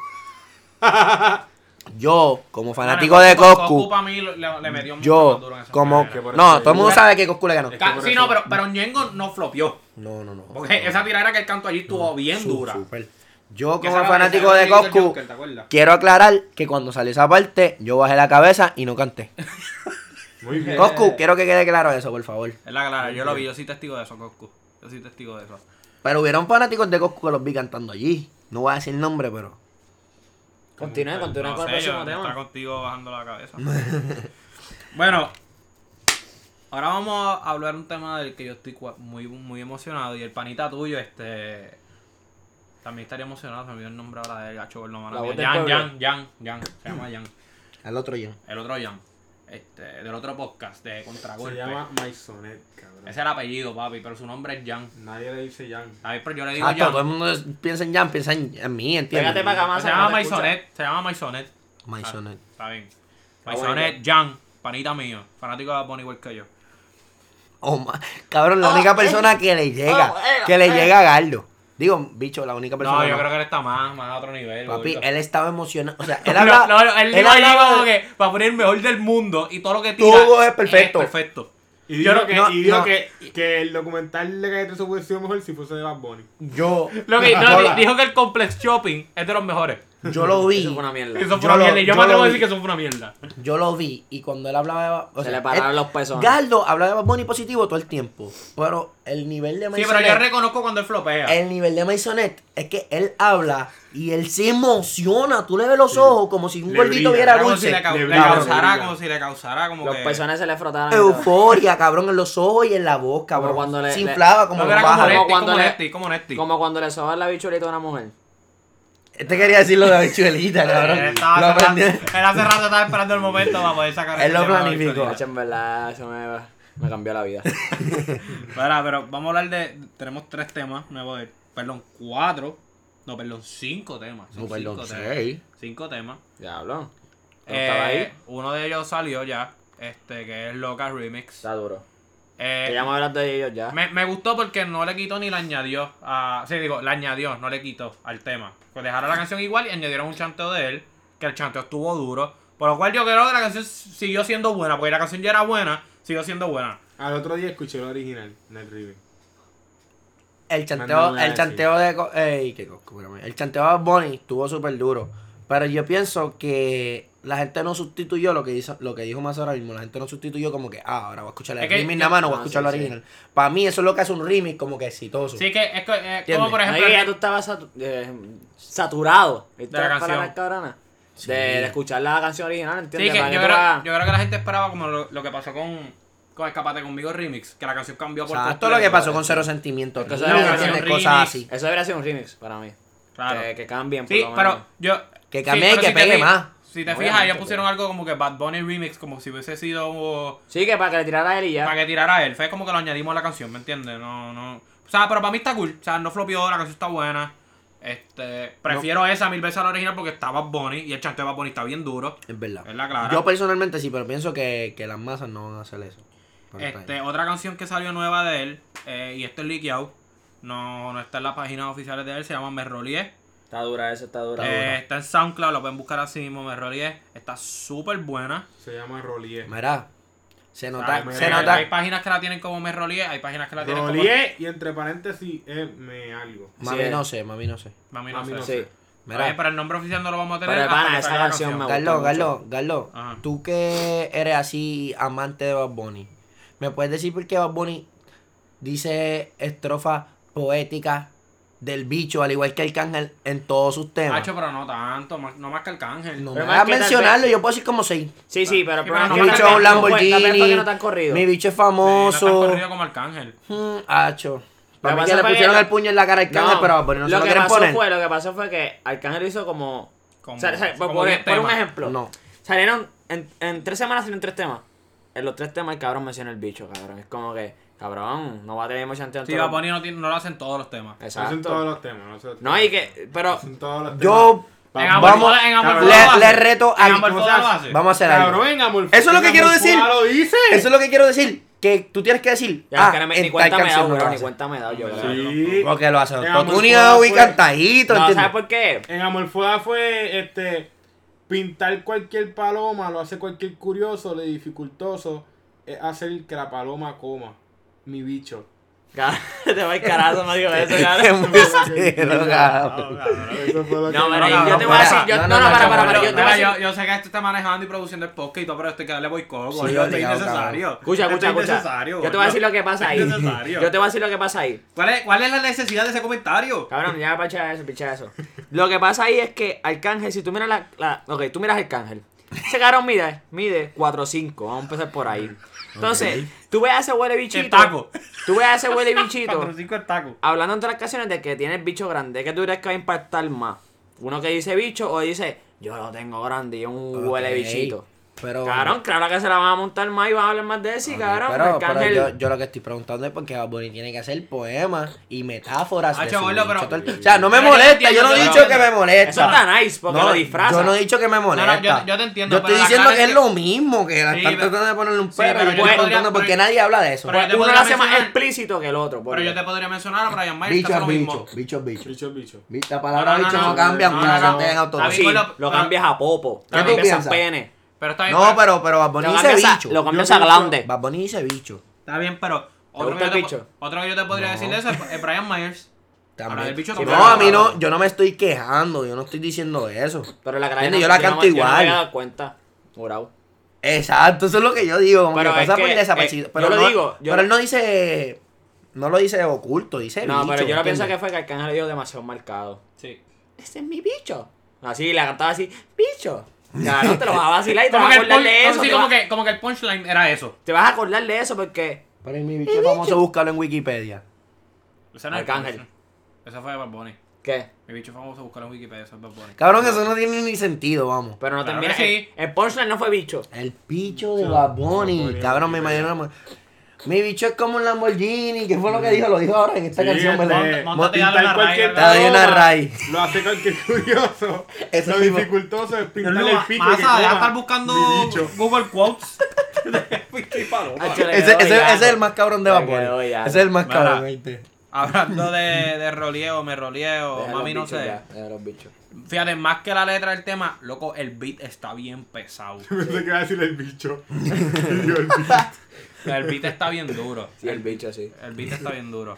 Yo, como fanático Bueno, de Goku- Goku, Goku pa' mí le, le metió mucho más yo duro en esa como carrera. por no, eso- todo el mundo sabe que Goku le ganó. Es que- Ca- por Sí, eso- no, pero, pero Ñengo no flopió. No, no, no. Porque esa tiradera que él cantó allí estuvo bien Su- dura. super. Yo Que esa como era- fanático esa de era la del Goku Joker, ¿te acuerdas? quiero aclarar que cuando salió esa parte yo bajé la cabeza y no canté. Muy bien. Goku, quiero que quede claro eso, por favor. Es la clara, yo lo vi, yo soy testigo de eso, Goku. Yo soy testigo de eso. Pero hubieron fanáticos de Goku que los vi cantando allí. No voy a decir nombre, pero Continúe, continúe No con sé, el próximo yo- Está tema. contigo bajando la cabeza. bueno, ahora vamos a hablar un tema del que yo estoy cua- muy, muy emocionado. Y el panita tuyo, este. También estaría emocionado, se me olvidó el nombre ahora del gacho no La voz del Jan, pueblo. Jan, Jan, Jan, se llama Jan. al otro yo. El otro Jan. Este, del otro podcast de Se Contragolpe. llama Maisonet, cabrón. Ese es el apellido, papi, pero su nombre es Jan. Nadie le dice Jan. A ver, pero yo le digo Ah, todo el Jan. mundo es- piensa en Jan, piensa en, en mí, ¿entiendes? Pégate para acá más. Se llama Maisonet, se llama Maisonet. Ah, Maisonet. Está bien. bueno. Maisonet, Jan, panita mío, fanático de Bonnie igual que yo. Oh, ma- Cabrón, la Oh, única eh. persona que le llega, Oh, eh, que le eh. llega a Gardo. Digo, bicho, la única persona. No, yo no. creo que él está más, más a otro nivel. Papi, gordito. él estaba emocionado. O sea, él No, hablaba. no, él, él dijo allí hablaba como de- que va a poner el mejor del mundo y todo lo que tira Todo es perfecto. perfecto. Y Yo dijo, no- que, no, y dijo no. que, que el documental de Calle 13 hubiese sido mejor si fuese de Bad Bunny. Yo. Lo que, no, yo, di- dijo que el complex shopping es de los mejores. yo lo vi. Eso fue una mierda. Eso fue Yo una lo- mierda. Y yo yo me atrevo lo a vi. decir que eso fue una mierda. Yo lo vi y cuando él hablaba de. o Se sea, le pararon él- los pesos. Galdo hablaba de Bad Bunny positivo todo el tiempo. Pero el nivel de Eh, Sí, pero yo Maisonet. reconozco cuando él flopea. el nivel de Maisonet es que él habla y él se emociona. Tú le ves los ojos como si un Le gordito brilla. viera como si dulce. le, cau- le le brilla, le causara, brilla. como si le causara, como Los que... pezones se le frotaron. y todo. Euforia, cabrón, en los ojos y en la voz, cabrón. Como cuando le- se le- inflaba como No, que los era como pájaros. Nesti, cuando como le- Nesti, como Nesti. Como cuando le soban la bichulita a una mujer. Este quería decir lo de la bichuelita, cabrón. Él Eh, estaba Lo cerrando- aprendió. él hace rato estaba esperando el momento para poder sacar Él ese lo tema de planificó. Victorina. Hacho, en verdad, eso me, me cambió la vida. Espera, pero vamos a hablar de. Tenemos tres temas nuevos. de- perdón, cuatro. No, perdón, cinco temas. Son No, perdón, cinco seis. Temas. Cinco temas. Diablo. ¿No Eh, estaba ahí? Uno de ellos salió ya. Este, que es Loca Remix. Está duro. Eh, Que ya me hablas de ellos ya. me, me gustó porque no le quitó ni le añadió. A, sí, digo, le añadió, no le quitó al tema. Pues dejaron la canción igual y añadieron un chanteo de él. Que el chanteo estuvo duro. Por lo cual yo creo que la canción siguió siendo buena. Porque la canción ya era buena, siguió siendo buena. Al otro día escuché el original, Nel River. El Mandó chanteo, una el de chanteo de. co- Ey, qué coco, espérame. El chanteo de Bonnie estuvo súper duro. Pero yo pienso que la gente no sustituyó lo que, hizo, lo que dijo más ahora mismo. La gente no sustituyó como que, ah, ahora voy a escuchar el Es que remix yo- nada más, no voy a ah, escuchar sí, lo sí. original. Para mí, eso es lo que hace un remix como que exitoso. Sí, que es, que- es ¿Entiendes? como por ejemplo. Ahí ya tú estabas satu- eh, saturado. ¿Viste De la las palabras canción. cabronas? Sí. De, de escuchar la canción original, Sí, ¿entiendes? que yo, Para que tú creo, hagas- yo creo que la gente esperaba como lo, lo que pasó con, con Escapate conmigo remix, que la canción cambió por Exacto, completo. lo que pasó con Cero Sentimientos. Porque remix, eso era una ¿entiendes? canción Cosas remix. así. Eso debería ser un remix para mí. Claro. Eh, Que, que cambien. por Sí, lo menos. pero yo. Que sí, cambie y pero que si te pegue fi- más. pues. Si te fijas, Obviamente, ellos pusieron algo como que Bad Bunny remix, como si hubiese sido. uh, Sí, que para que le tirara a él y ya. Para que tirara él. Fue como que lo añadimos a la canción, ¿me entiendes? No, no. O sea, pero para mí está cool. O sea, no flopió, la canción está buena. Este, prefiero esa mil veces a la original porque está Bad Bunny y el chanteo de Bad Bunny está bien duro. Es verdad. Es la clara. Yo personalmente sí, pero pienso que, que las masas no van a hacer eso. Pero Pues está Este, bien. otra canción que salió nueva de él, eh, y esto es leakeado, no, no está en las páginas oficiales de él, se llama Me Rolié. Está dura esa, está dura. Eh, está en SoundCloud, lo pueden buscar así mismo, Me Rolié. Está súper buena. Se llama Rolier. Mira, se nota, Hay- se hay- nota. Hay páginas que la tienen como Me Rolié, hay páginas que la tienen Rolier y entre paréntesis es me algo. Mami Sí. eh. no sé, mami no sé. como... Mami, no Mami, sé. no sí. sé. Está bien, Mira, pero el nombre oficial no lo vamos a tener Pero, hasta pana, que esa salga la canción me gusta. Garlo, mucho. Garlo, Garlo, Ajá. tú que eres así amante de Bad Bunny, ¿me puedes decir por qué Bad Bunny dice estrofas poéticas del bicho, al igual que Arcángel, en todos sus temas? Hacho, pero no tanto, más- no más que Arcángel. No Pero me más hagas que tal mencionarlo, yo puedo decir como seis. Sí, sí, pero Sí, el pero problema no Mi es cantan que bicho es tanto, un La Lamborghini, verdad es que no tan corrido. mi bicho es Sí, no es tan famoso. corrido como Arcángel. Mm, Hacho, para Lo mí que que pasa le fue pusieron que- el puño en la cara a Arcángel, pero a Bad Bunny no se lo lo que quieren pasó poner. fue, lo que pasó fue que Arcángel hizo como... Como- o sea, o sea, por, como por- diez por un temas. ejemplo. No. Salieron... En, en tres semanas salieron tres temas. en los tres temas el cabrón menciona el bicho, cabrón. Es como que, cabrón, no va a tener mucha antes Sí, Bad Bunny no, tiene- no lo hacen todos los temas. No son Exacto. todos los temas. No, son- No, y que, pero, son todos los Yo temas. En Amor Vamos, Sola- en Amor cabrón. Sola le- lo le hace. reto En a- Amor Sola lo hace. vamos a hacer algo. Cabrón, en Amor- Eso es lo en que quiero Amor Sola decir. lo dice. Eso es lo que quiero decir. Que tú tienes que decir. ya, ah, que no me- en ni tal cuenta me he canción dado, no lo bro, ni hace. cuenta me he dado yo, Sí. cabrón. Sí. Porque lo hacen. En Amor Totuneado Sola y fue- cantadito. No, ¿entiendes? ¿sabes por qué? En Amorfoda fue este pintar cualquier paloma, lo hace cualquier curioso, le dificultoso, es hacer que la paloma coma. Mi bicho. Cabrón, Te voy carajo, me digo eso, Es cabrón. muy sincero, cabrón. Eso fue lo que- No, No, pero no, yo no, te voy a decir, para. yo, No, no, no, no, no, para, no, para, no, para, yo te voy a Mira, yo, decir. yo sé que esto está manejando y produciendo el podcast y todo, pero esto hay que darle boicot, Sí, coño, esto es obligado, innecesario. Escucha, Esto escucha, es escucha. innecesario, Yo te voy a coño. decir lo que pasa ahí. Es necesario. Yo te voy a decir lo que pasa ahí. ¿Cuál es, ¿Cuál es la necesidad de ese comentario? Cabrón, ya picha eso, picha eso. Lo que pasa ahí es que Arcángel, si tú miras la. la ok, tú miras Arcángel. Ese cabrón mide, mide 4'5. Vamos a empezar por ahí. Entonces, tú ves a ese huele bichito. El taco. Tú ves a ese huele bichito. Patrocinco el taco. hablando entre las canciones de que tiene el bicho grande, ¿qué tú crees que va a impactar más? Uno que dice bicho o dice, yo lo tengo grande y un Ok, huele bichito. Pero, Cabrón, claro que se la van a montar más y van a hablar más de ese, ok, cabrón. pero, pero Arcángel- yo, yo lo que estoy preguntando es porque Bad Bunny tiene que hacer poemas y metáforas. Ah, de chaval, su pero- bicho todo el- O sea, no me Pero yo molesta. entiendo, Yo no he pero- dicho que me molesta. Eso está nice, porque lo disfraza. Yo no he dicho que me molesta. yo- yo te entiendo, Yo estoy pero la diciendo clave que es es que- lo mismo, que la Sí, están pero- tratando de poner un Sí, pero. pero yo yo estoy podría- preguntando porque pero- nadie habla de eso. pero yo te uno puedo lo hace más mencionar- explícito que el otro. Pero porque- yo te podría mencionar a Brian Mayer que Bicho hace es lo bicho, mismo. bicho es bicho. Bicho, bicho. Bi- La palabra No, no, bicho no, no cambia, no, aunque no, la no. gente en Está autobús. bien. Sí, pero- lo pero- cambias a popo. ¿Qué Lo tú cambias a piensas? pene. Pero está bien. No, pero, pero Bad Bunny Lo dice cambias a, bicho. lo Bad cambias a pienso- glande. Bunny dice bicho. Está bien, pero. Otro gusta que, el yo te, bicho? otro que yo te podría decir de eso es es Brian Myers. Ahora, el También. bicho no, tampoco. a mí no, yo no me estoy quejando, yo no estoy diciendo eso. Pero la cara Entiende, yo la canto No me igual. había dado cuenta. Jurado. Exacto, eso es lo que yo digo, como Pero que es pasa por que, desapercibido. eh, pero yo lo no- digo, yo- pero él no dice, no lo dice oculto, dice No, bicho, pero yo lo pienso que ¿entiendes? fue que Arcángel le dio demasiado marcado. Sí. Ese es mi bicho. Así, la cantaba así, bicho. Claro, te lo vas a vacilar y te Como vas que, a el acordar punch, de eso. sí, te como, vas- que, como que el punchline era eso. Te vas a acordar de eso porque Pero mi bicho es famoso, búscalo en Wikipedia. Ese no es el Arcángel. punchline. Ese fue de Bad Bunny. ¿Qué? Mi bicho famoso buscarlo en Wikipedia, eso es Bad Bunny. Cabrón, eso no tiene ni sentido, vamos. Pero no Claro termina. que sí. El, el punchline no fue bicho. El bicho de Bad Bunny, cabrón, me imagino una mu- Mi bicho es como un Lamborghini, ¿qué fue lo que Mm. dijo? Lo dijo ahora en esta Sí, canción, este- ¿verdad? Móntate Mo- Te dale una Pintar cualquier raya, te doy una paloma, raya. Lo hace cualquier curioso. Eso lo mismo. dificultoso es Pero pintarle luego, el pico. Masa, que coma. deja de estar buscando Mi bicho. Google Quotes. Qué paloma. Ah, chale, Ese, quedó ese- ya. ese es el más cabrón de Le Bad quedó Bunny. ya. Ese es el más Mira. cabrón, ¿viste? Hablando de, de roleo, me roleo, Deja los mami no bichos sé. ya, deja los bichos. Fíjate, más que la letra del tema, loco, el beat está bien pesado. Pensé que iba a decir el bicho. Y yo, el bicho. El beat está bien duro. Sí, el bicho, sí. El beat está bien duro.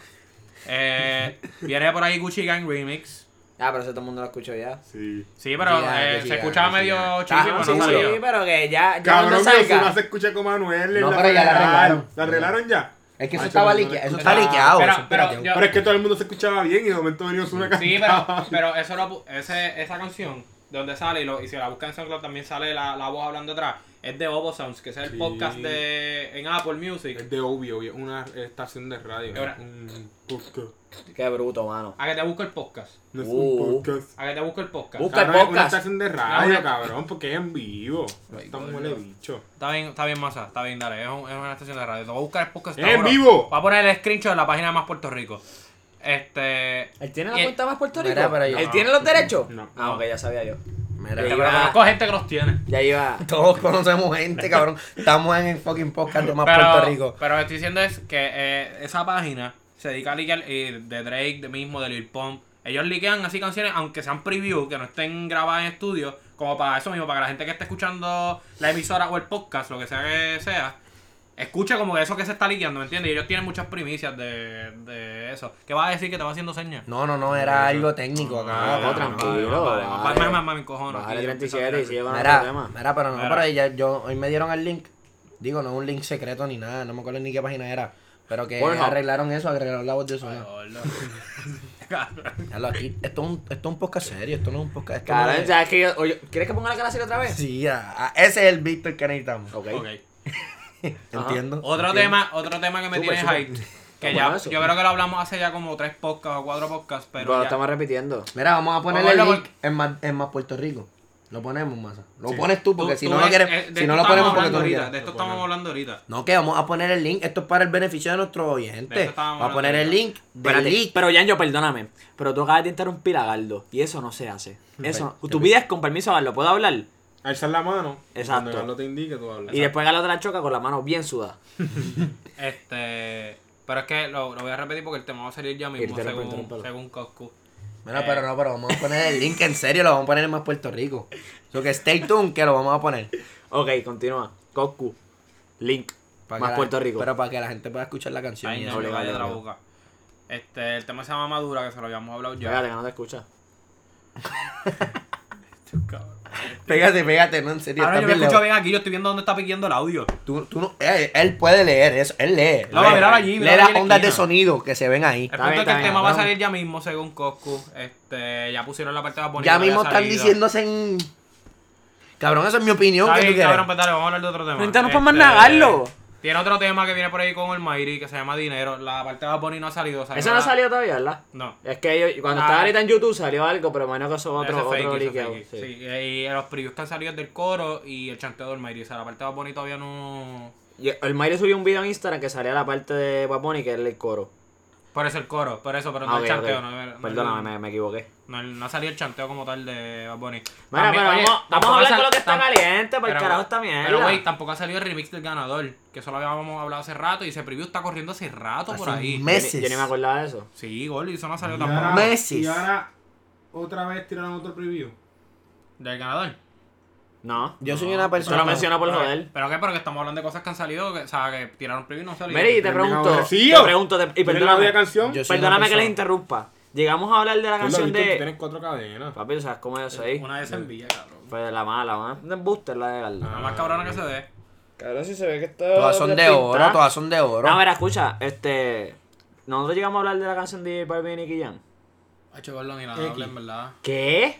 Eh, viene por ahí Gucci Gang Remix. Ah, pero eso todo el mundo lo escuchó ya. Sí. Sí, pero Gucci Gang, eh, Gucci se Gang, escuchaba Gucci medio Gang. chiqui, Ah, pero sí, no salió. sí, pero que ya, ya cuando Cabrón, que Ozuna salga. se escucha con Manuel. No, la pero ya la arreglaron. arreglaron. ¿La arreglaron ya? Es que Ay, eso estaba chaval, no liqueado, le eso escuchaba. está liqueado. Pero- eso es pero pirateado. yo- Pero es que todo el mundo se escuchaba bien y de momento venía una canción. Sí, pero, pero eso lo, pu- ese, esa canción de donde sale y, lo, y si la buscan en SoundCloud también sale la, la voz hablando atrás. Es de Obo Sounds, que ese es el Sí. podcast de en Apple Music. Es de obvio, es una estación de radio. Y ahora- Un podcast. Qué bruto, mano. A que te busco el podcast. No es Uh. un podcast. A que te busco el podcast. Busca el Cabrón, es una podcast. estación de Ah, radio, una- cabrón, porque es en vivo. Ay, Está coño. un huele bicho. Está bien, está bien, Masa. Está bien, dale. Es, un- es una estación de radio. Te voy a buscar el podcast. ¡En ahora. vivo! Voy a poner el screenshot de la página de Más Puerto Rico. Este. ¿Él tiene la Eh, cuenta más Puerto Rico? mira, pero yo- ¿Él tiene los derechos? No. Ah, ok, ya sabía yo. Mira, Ahí Pero va. conozco gente que los tiene. Ya iba. Todos conocemos gente, cabrón. Estamos en el fucking podcast de más Pero, Puerto Rico. pero lo que estoy diciendo es que eh, esa página se dedica a liquear eh, de Drake, de mismo, de Lil Pump. Ellos liquean así canciones, aunque sean preview, que no estén grabadas en estudio, como para eso mismo, para que la gente que esté escuchando la emisora o el podcast, lo que sea que sea, escuche como que eso que se está liqueando, ¿me entiendes? Y ellos tienen muchas primicias de, de eso. ¿Qué vas a decir que te va haciendo señas? No, no, no, era algo técnico acá. Ah, No, no, cabrón. pues, tranquilo, Vale, vale. vale, vale, me cojono. Bájale Aquí 37 y sigue con otro Mira, tema. mira, pero no, Mira. pero ya, yo, hoy me dieron el link. Digo, no es un link secreto ni nada, no me acuerdo ni qué página era. Pero que Pornhub. arreglaron eso, arreglaron la voz de Ozuna. Cabrón. Ya lo aquí, esto, es un, esto es un podcast serio, esto no es un podcast. esto no Cabrón, es- ¿sabes que yo, oye, ¿Quieres que ponga la cara así otra vez? Sí, ya, ah, ese es el Víctor que necesitamos. Ok. Ok. Entiendo. Otro tema, otro tema que me Súper, tiene súper. hype. Que Bueno, ya, eso. yo creo que lo hablamos hace ya como tres podcasts o cuatro podcasts, pero. Pero lo ya- estamos repitiendo. Mira, vamos a ponerle Vamos a el hablar link en más, en más Puerto Rico. Lo ponemos, masa. Lo Sí. pones tú, porque Tú- si tú no lo ves- quieres, eh, de si no esto lo ponemos estábamos porque tú hablando no ahorita, quieres. De esto Lo estamos ponemos. hablando ahorita. No, que vamos a poner el link. Esto es para el beneficio de nuestros De esto oyentes. estábamos Vamos a poner el hablando link del Espérate, link. pero Yanjo, perdóname, pero tú acabas de interrumpir a Galdo y eso no se hace. Eso, no- tú pides con permiso a Galdo, ¿puedo hablar? Alzar la mano. Exacto. Cuando Carlos te indique, tú hablas. Y después Galdo te la choca con la mano bien sudada. Este. Pero es que lo, lo voy a repetir porque el tema va a salir ya mismo, Interrumpe, según, interrúmpelo. según Coscu. Mira, pero no, pero vamos a poner el link en serio. Lo vamos a poner en más Puerto Rico. So que stay tuned que lo vamos a poner. Ok, continúa. Coscu, Link, Para que más la- Puerto Rico. Pero para que la gente pueda escuchar la canción. Ay, y no, eso. me obligado, vaya de la obligado. boca. Este, el tema se llama Madura, que se lo habíamos hablado ya. Espérate, que no te escucha. Pégate, pégate, no, en serio. Ahora está yo me bien escucho lejos. bien aquí, yo estoy viendo dónde está pidiendo el audio. Tú, tú no- él, él puede leer eso, él lee. No, lee míralo allí, Lee míralo las allí en la ondas de esquina. sonido que se ven ahí. El Está punto es bien, que está el bien, tema va a vamos. salir ya mismo, según Coscu. Este, ya pusieron la parte de Bonnie, Ya había mismo están salido. diciéndose en. Cabrón, eso es mi opinión. Está ¿qué tú bien, quieres? cabrón, pues dale, vamos a hablar de otro tema. No interrumpas más nada, hazlo. Tiene otro tema que viene por ahí con el Mayri que se llama Dinero. La parte de Bad Bunny no ha salido. salió Eso no la- salió todavía, ¿verdad? No. Es que yo, cuando Ah. estaba ahorita en YouTube salió algo, pero imagino que eso es otro, Ese fake, otro ese liqueo. fake. Sí. Sí. eh, y los previews que han salido es del coro y el chanteo del Mayri. O sea, la parte de Bad Bunny todavía no... Y el Mayre subió un video en Instagram que salía la parte de Paponi que era el coro. Por eso el coro, por eso, pero no Ah, el ok, chanteo. ok. No, no- Perdóname, me, me equivoqué. No, no ha salido el chanteo como tal de Bad Bunny. Mira, También, pero oye, vamos, vamos tampoco a hablar ha con sal- lo que está tam- caliente, porque el pero- carajo está mierda. Pero, güey, tampoco ha salido el remix del ganador, que eso lo habíamos hablado hace rato y ese preview está corriendo hace rato por Hace ahí. un Yo mes. ni- yo, ni me acordaba de eso. Sí, gol, y eso no ha salido Y tampoco. ahora- Meses. Y ahora, otra vez tiraron otro preview. Del ganador. No. Yo soy una Eso persona. lo menciono Ah, por Pero- joder. Pero qué, pero que estamos hablando de cosas que han salido, que, o sea, que tiraron preview y no han salido. Meri, te Termina pregunto. aborrecido. Te pregunto, te- y oh. ¿Tienes la perdóname. media canción? Yo soy una Perdóname que persona- les interrumpa. Llegamos a hablar de la Tú lo canción viste, tú de. tienes cuatro cadenas. Papi, o sea, ¿cómo yo soy? Una de envía, cabrón. Pues de la mala, ¿no? De embuster la de Galda. La más cabrona que se dé. Cabrón, si se ve que está. Todas son de oro, todas son de oro. No, ver, escucha, este. Nosotros llegamos a hablar de la canción de Barbie y Nicky Jam. Ha hecho gol, ni nada, X. hablen, ¿verdad? ¿Qué?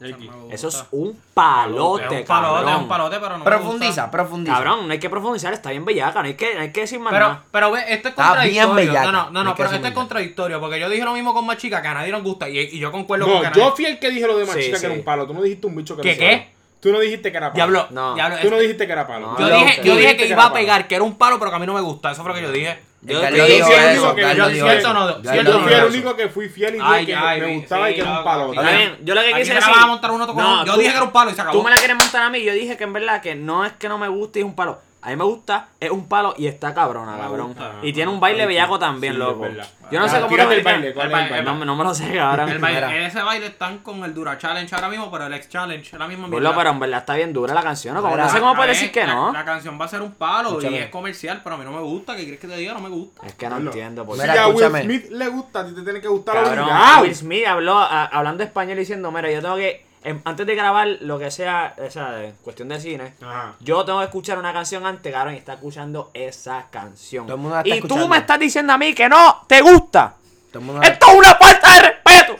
Eso no me gusta. Eso es un palote, Es un palote, cabrón. es un palote, pero no me gusta. Profundiza, profundiza. Cabrón, no hay que profundizar, está bien bellaca, no hay que, no hay que decir más Pero, nada. pero ve, esto es Está contradictorio. bien bellaca. no, no, no, Hay no que pero esto es asumirlo. contradictorio. Porque yo dije lo mismo con más chica, que a nadie nos gusta. Y, y yo concuerdo con que a No, nadie. yo fui el que dije lo de Machica Sí, que sí. era un palo. Tú no dijiste un bicho que ¿Qué, no se qué? ve. Tú no dijiste que era palo. Diablo, No. diablo, Tú no es- dijiste que era palo. No, yo Loco. dije, yo Tú dije dijiste que era iba a palo. pegar, que era un palo, pero que a mí no me gusta. Eso fue lo que yo dije. Yo estoy- Carlos dijo yo fui el eso, único que- Carlos yo- dijo cierto o no, eso. cierto Carlos Yo fui dijo el eso. único que fui fiel y dije Ay, que ay, me vi- gustaba sí, y que era un loco, palo. sí. Está bien, yo lo que Aquí quise me la decir. vas a montar uno, otro con otro. Yo dije que era un palo y se acabó. Tú me la quieres montar a mí, yo dije que en verdad que no es que no me guste y es un palo. A mí me gusta, es un palo y está cabrona, Me cabrón. gusta. y tiene un baile Sí, bellaco también, es loco. verdad. Ah, Yo no sé Ya, cómo tírate el explicar. baile, ¿cuál es Epa, el baile? No, me- no me lo sé, cabrón. El baile- Mira. en ese baile están con el Dura Challenge ahora mismo, pero el Ex Challenge ahora mismo. en Burlo, verdad. pero en verdad está bien dura la canción, ¿no? Como, Mira, no sé cómo A puedes ver, decir que la- no. La canción va a ser un palo Escúchame. y es comercial, pero a mí no me gusta. ¿Qué crees que te diga? No me gusta. Es que no Burlo. entiendo. por Si qué. Mira, a Will escúchame. Smith le gusta, a ti te tiene que gustar Cabrón, obligado. Will Smith habló a- hablando español diciendo, mira, yo tengo que, em, antes de grabar lo que sea, o sea, de- cuestión de cine, Ajá. yo tengo que escuchar una canción antes, cabrón, y está escuchando esa canción. Todo el mundo la y está tú escuchando. me estás diciendo a mí que no te gusta. Todo el mundo- Esto es una falta de respeto.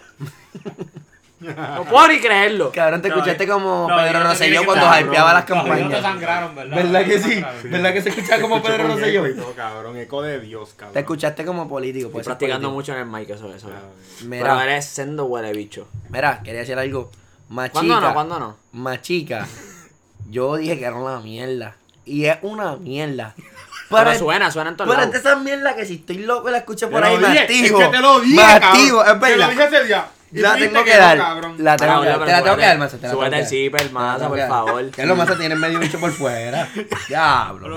no puedo ni creerlo. Cabrón, te escuchaste como No, yo no Pedro tenía Rosselló que- cuando Cabrón. hypeaba las Los oídos te campañas. sangraron, ¿verdad? ¿Verdad que sí? Sangraron. ¿Verdad que se escucha como Escucho Pedro con eco Rosselló? y todo, cabrón, eco de Dios, cabrón. Te escuchaste como político. Estoy puede ser practicando mucho político. en el mic, eso eso. Pero Pues, Ah, Mira, eres sendo huele bicho. mira, quería decir algo. ¿Cuándo no? Machica, ¿Cuándo no? machica. Yo dije que era una mierda. Y es una mierda. Pero, Pero- suena, suena en todos Pero este es lados. de esa mierda que si estoy loco y la escucho Te por lo ahí, me dije, activo. Es que te lo dije, me cabrón. activo, es Te lo verdad. dije ese día. y La dijiste tengo que no, dar. cabrón. La tengo Ahora, que dar. pero Te la tengo súbete- que dar, Maza. te la súbete tengo que el dar. zipper, Te la Maza, tengo por que dar. favor. Ya los Maza tienen medio bicho por fuera. Diablo.